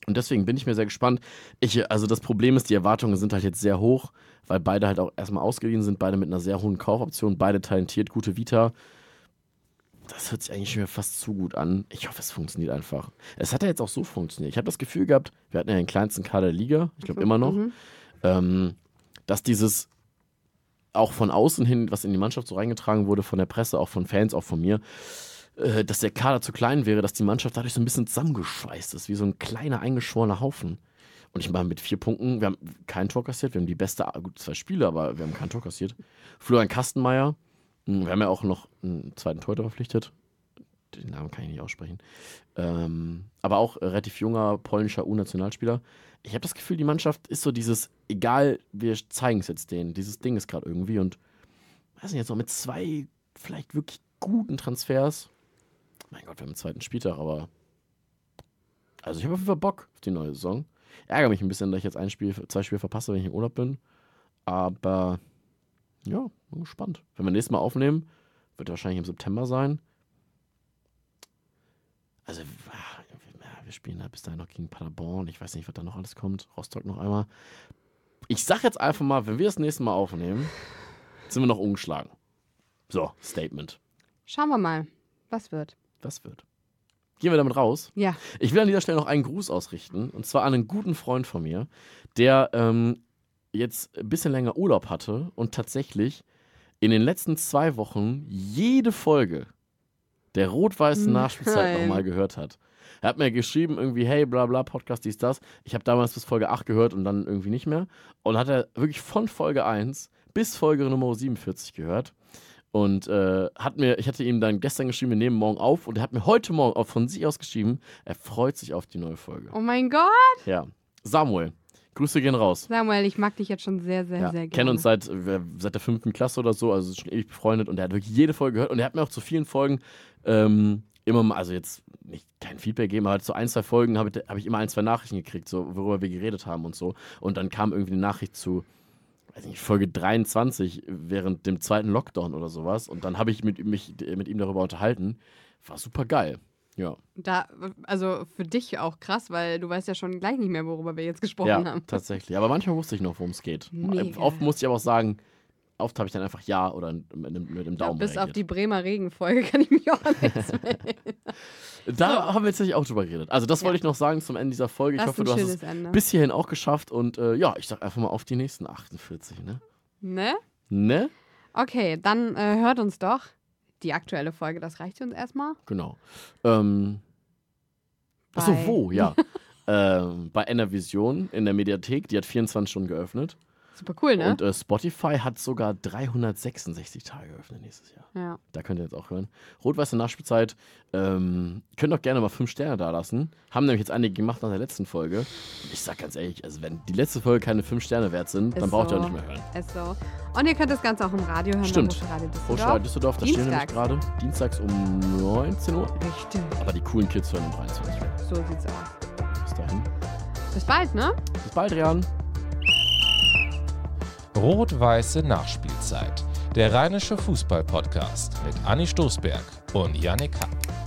Speaker 2: Und deswegen bin ich mir sehr gespannt. Ich, also das Problem ist, die Erwartungen sind halt jetzt sehr hoch, weil beide halt auch erstmal ausgeliehen sind, beide mit einer sehr hohen Kaufoption, beide talentiert, gute Vita. Das hört sich eigentlich schon wieder fast zu gut an. Ich hoffe, es funktioniert einfach. Es hat ja jetzt auch so funktioniert. Ich habe das Gefühl gehabt, wir hatten ja den kleinsten Kader der Liga, ich glaube immer noch,
Speaker 3: Mhm.
Speaker 2: ähm, dass dieses auch von außen hin, was in die Mannschaft so reingetragen wurde, von der Presse, auch von Fans, auch von mir, äh, dass der Kader zu klein wäre, dass die Mannschaft dadurch so ein bisschen zusammengeschweißt ist, wie so ein kleiner eingeschworener Haufen. Und ich meine, mit vier Punkten, wir haben kein Tor kassiert, wir haben die beste, gut, zwei Spiele, aber wir haben kein Tor kassiert. Florian Kastenmeier, mh, wir haben ja auch noch einen zweiten Torhüter verpflichtet. Den Namen kann ich nicht aussprechen. Ähm, aber auch äh, relativ junger polnischer U-Nationalspieler. Ich habe das Gefühl, die Mannschaft ist so dieses, egal, wir zeigen es jetzt denen. Dieses Ding ist gerade irgendwie und, weiß nicht, jetzt noch mit zwei vielleicht wirklich guten Transfers. Mein Gott, wir haben einen zweiten Spieltag, aber. Also, ich habe auf jeden Fall Bock auf die neue Saison. Ärgere mich ein bisschen, dass ich jetzt ein Spiel, zwei Spiele verpasse, wenn ich im Urlaub bin. Aber ja, bin gespannt. Wenn wir nächstes Mal aufnehmen, wird wahrscheinlich im September sein. Also, ah, wir spielen da bis dahin noch gegen Paderborn. Ich weiß nicht, was da noch alles kommt. Rostock noch einmal. Ich sag jetzt einfach mal, wenn wir das nächste Mal aufnehmen, sind wir noch ungeschlagen. So, Statement.
Speaker 3: Schauen wir mal, was wird.
Speaker 2: Was wird? Gehen wir damit raus.
Speaker 3: Ja,
Speaker 2: Ich will an dieser Stelle noch einen Gruß ausrichten. Und zwar an einen guten Freund von mir, der ähm, jetzt ein bisschen länger Urlaub hatte und tatsächlich in den letzten zwei Wochen jede Folge der rot-weißen
Speaker 3: Nein.
Speaker 2: Nachspielzeit nochmal gehört hat. Er hat mir geschrieben, irgendwie, hey, bla bla, Podcast, dies, das. Ich habe damals bis Folge 8 gehört und dann irgendwie nicht mehr. Und hat er wirklich von Folge 1 bis Folge Nummer 47 gehört. Und äh, hat mir, ich hatte ihm dann gestern geschrieben, wir nehmen morgen auf und er hat mir heute Morgen auch von sich aus geschrieben, er freut sich auf die neue Folge.
Speaker 3: oh mein Gott.
Speaker 2: Ja. Samuel, Grüße gehen raus.
Speaker 3: Samuel, ich mag dich jetzt schon sehr, sehr,
Speaker 2: Ja,
Speaker 3: sehr gerne.
Speaker 2: kennen uns seit, wir- seit der fünften Klasse oder so, also schon ewig befreundet und er hat wirklich jede Folge gehört und er hat mir auch zu vielen Folgen ähm, immer mal, also jetzt nicht kein Feedback gegeben, aber halt zu ein, zwei Folgen habe ich, habe ich immer ein, zwei Nachrichten gekriegt, so worüber wir geredet haben und so. Und dann kam irgendwie eine Nachricht zu, weiß nicht, Folge 23 während dem zweiten Lockdown oder sowas und dann habe ich mit, mich mit ihm darüber unterhalten. War super geil. Ja,
Speaker 3: Da, also für dich auch krass, weil du weißt ja schon gleich nicht mehr, worüber wir jetzt gesprochen
Speaker 2: ja
Speaker 3: haben.
Speaker 2: tatsächlich. Aber manchmal wusste ich noch, worum es geht.
Speaker 3: Mega.
Speaker 2: Oft musste ich aber auch sagen, oft habe ich dann einfach Ja oder mit einem, mit einem
Speaker 3: Ich glaub,
Speaker 2: Daumen.
Speaker 3: bis auf
Speaker 2: reagiert.
Speaker 3: die Bremer Regenfolge kann ich mich
Speaker 2: [LAUGHS]
Speaker 3: auch [LAUGHS] an nichts mehr.
Speaker 2: Da haben wir jetzt nicht auch drüber geredet. Also, das wollte ich noch sagen zum Ende dieser Folge. Ich
Speaker 3: Das ist
Speaker 2: hoffe,
Speaker 3: ein
Speaker 2: du hast
Speaker 3: schönes
Speaker 2: es
Speaker 3: Ende.
Speaker 2: bis hierhin auch geschafft. Und äh, ja, ich sag einfach mal auf die nächsten 48, ne?
Speaker 3: Ne?
Speaker 2: Ne?
Speaker 3: Okay, dann äh, hört uns doch die aktuelle Folge, das reicht uns erstmal.
Speaker 2: Genau. Ähm, achso,
Speaker 3: Bei- [LAUGHS]
Speaker 2: wo? Ja. ähm, bei Enervision in der Mediathek. Die hat 24 Stunden geöffnet.
Speaker 3: Super cool, ne?
Speaker 2: Und äh, Spotify hat sogar 366 Tage geöffnet nächstes Jahr.
Speaker 3: ja.
Speaker 2: Da könnt ihr jetzt auch hören. Rot-Weiße Nachspielzeit. Ähm, könnt auch gerne mal fünf Sterne da lassen. Haben nämlich jetzt einige gemacht nach der letzten Folge. Und ich sag ganz ehrlich, also wenn die letzte Folge keine fünf Sterne wert sind,
Speaker 3: Ist
Speaker 2: dann braucht ihr auch
Speaker 3: so.
Speaker 2: nicht mehr hören.
Speaker 3: Ist so. Und ihr könnt das Ganze auch im Radio hören.
Speaker 2: Stimmt.
Speaker 3: bei Radio Düsseldorf.
Speaker 2: Hochschlag Düsseldorf, da stehen wir nämlich
Speaker 3: Dienstags.
Speaker 2: gerade. Dienstags um 19 Uhr.
Speaker 3: Richtig.
Speaker 2: Aber die coolen Kids hören um 23 Uhr.
Speaker 3: So sieht's aus.
Speaker 2: Bis dahin.
Speaker 3: Bis bald, ne?
Speaker 2: Bis bald, Rian.
Speaker 1: Rot-Weiße Nachspielzeit. Der Rheinische Fußball-Podcast mit Anni Stoßberg und Yannick Kapp.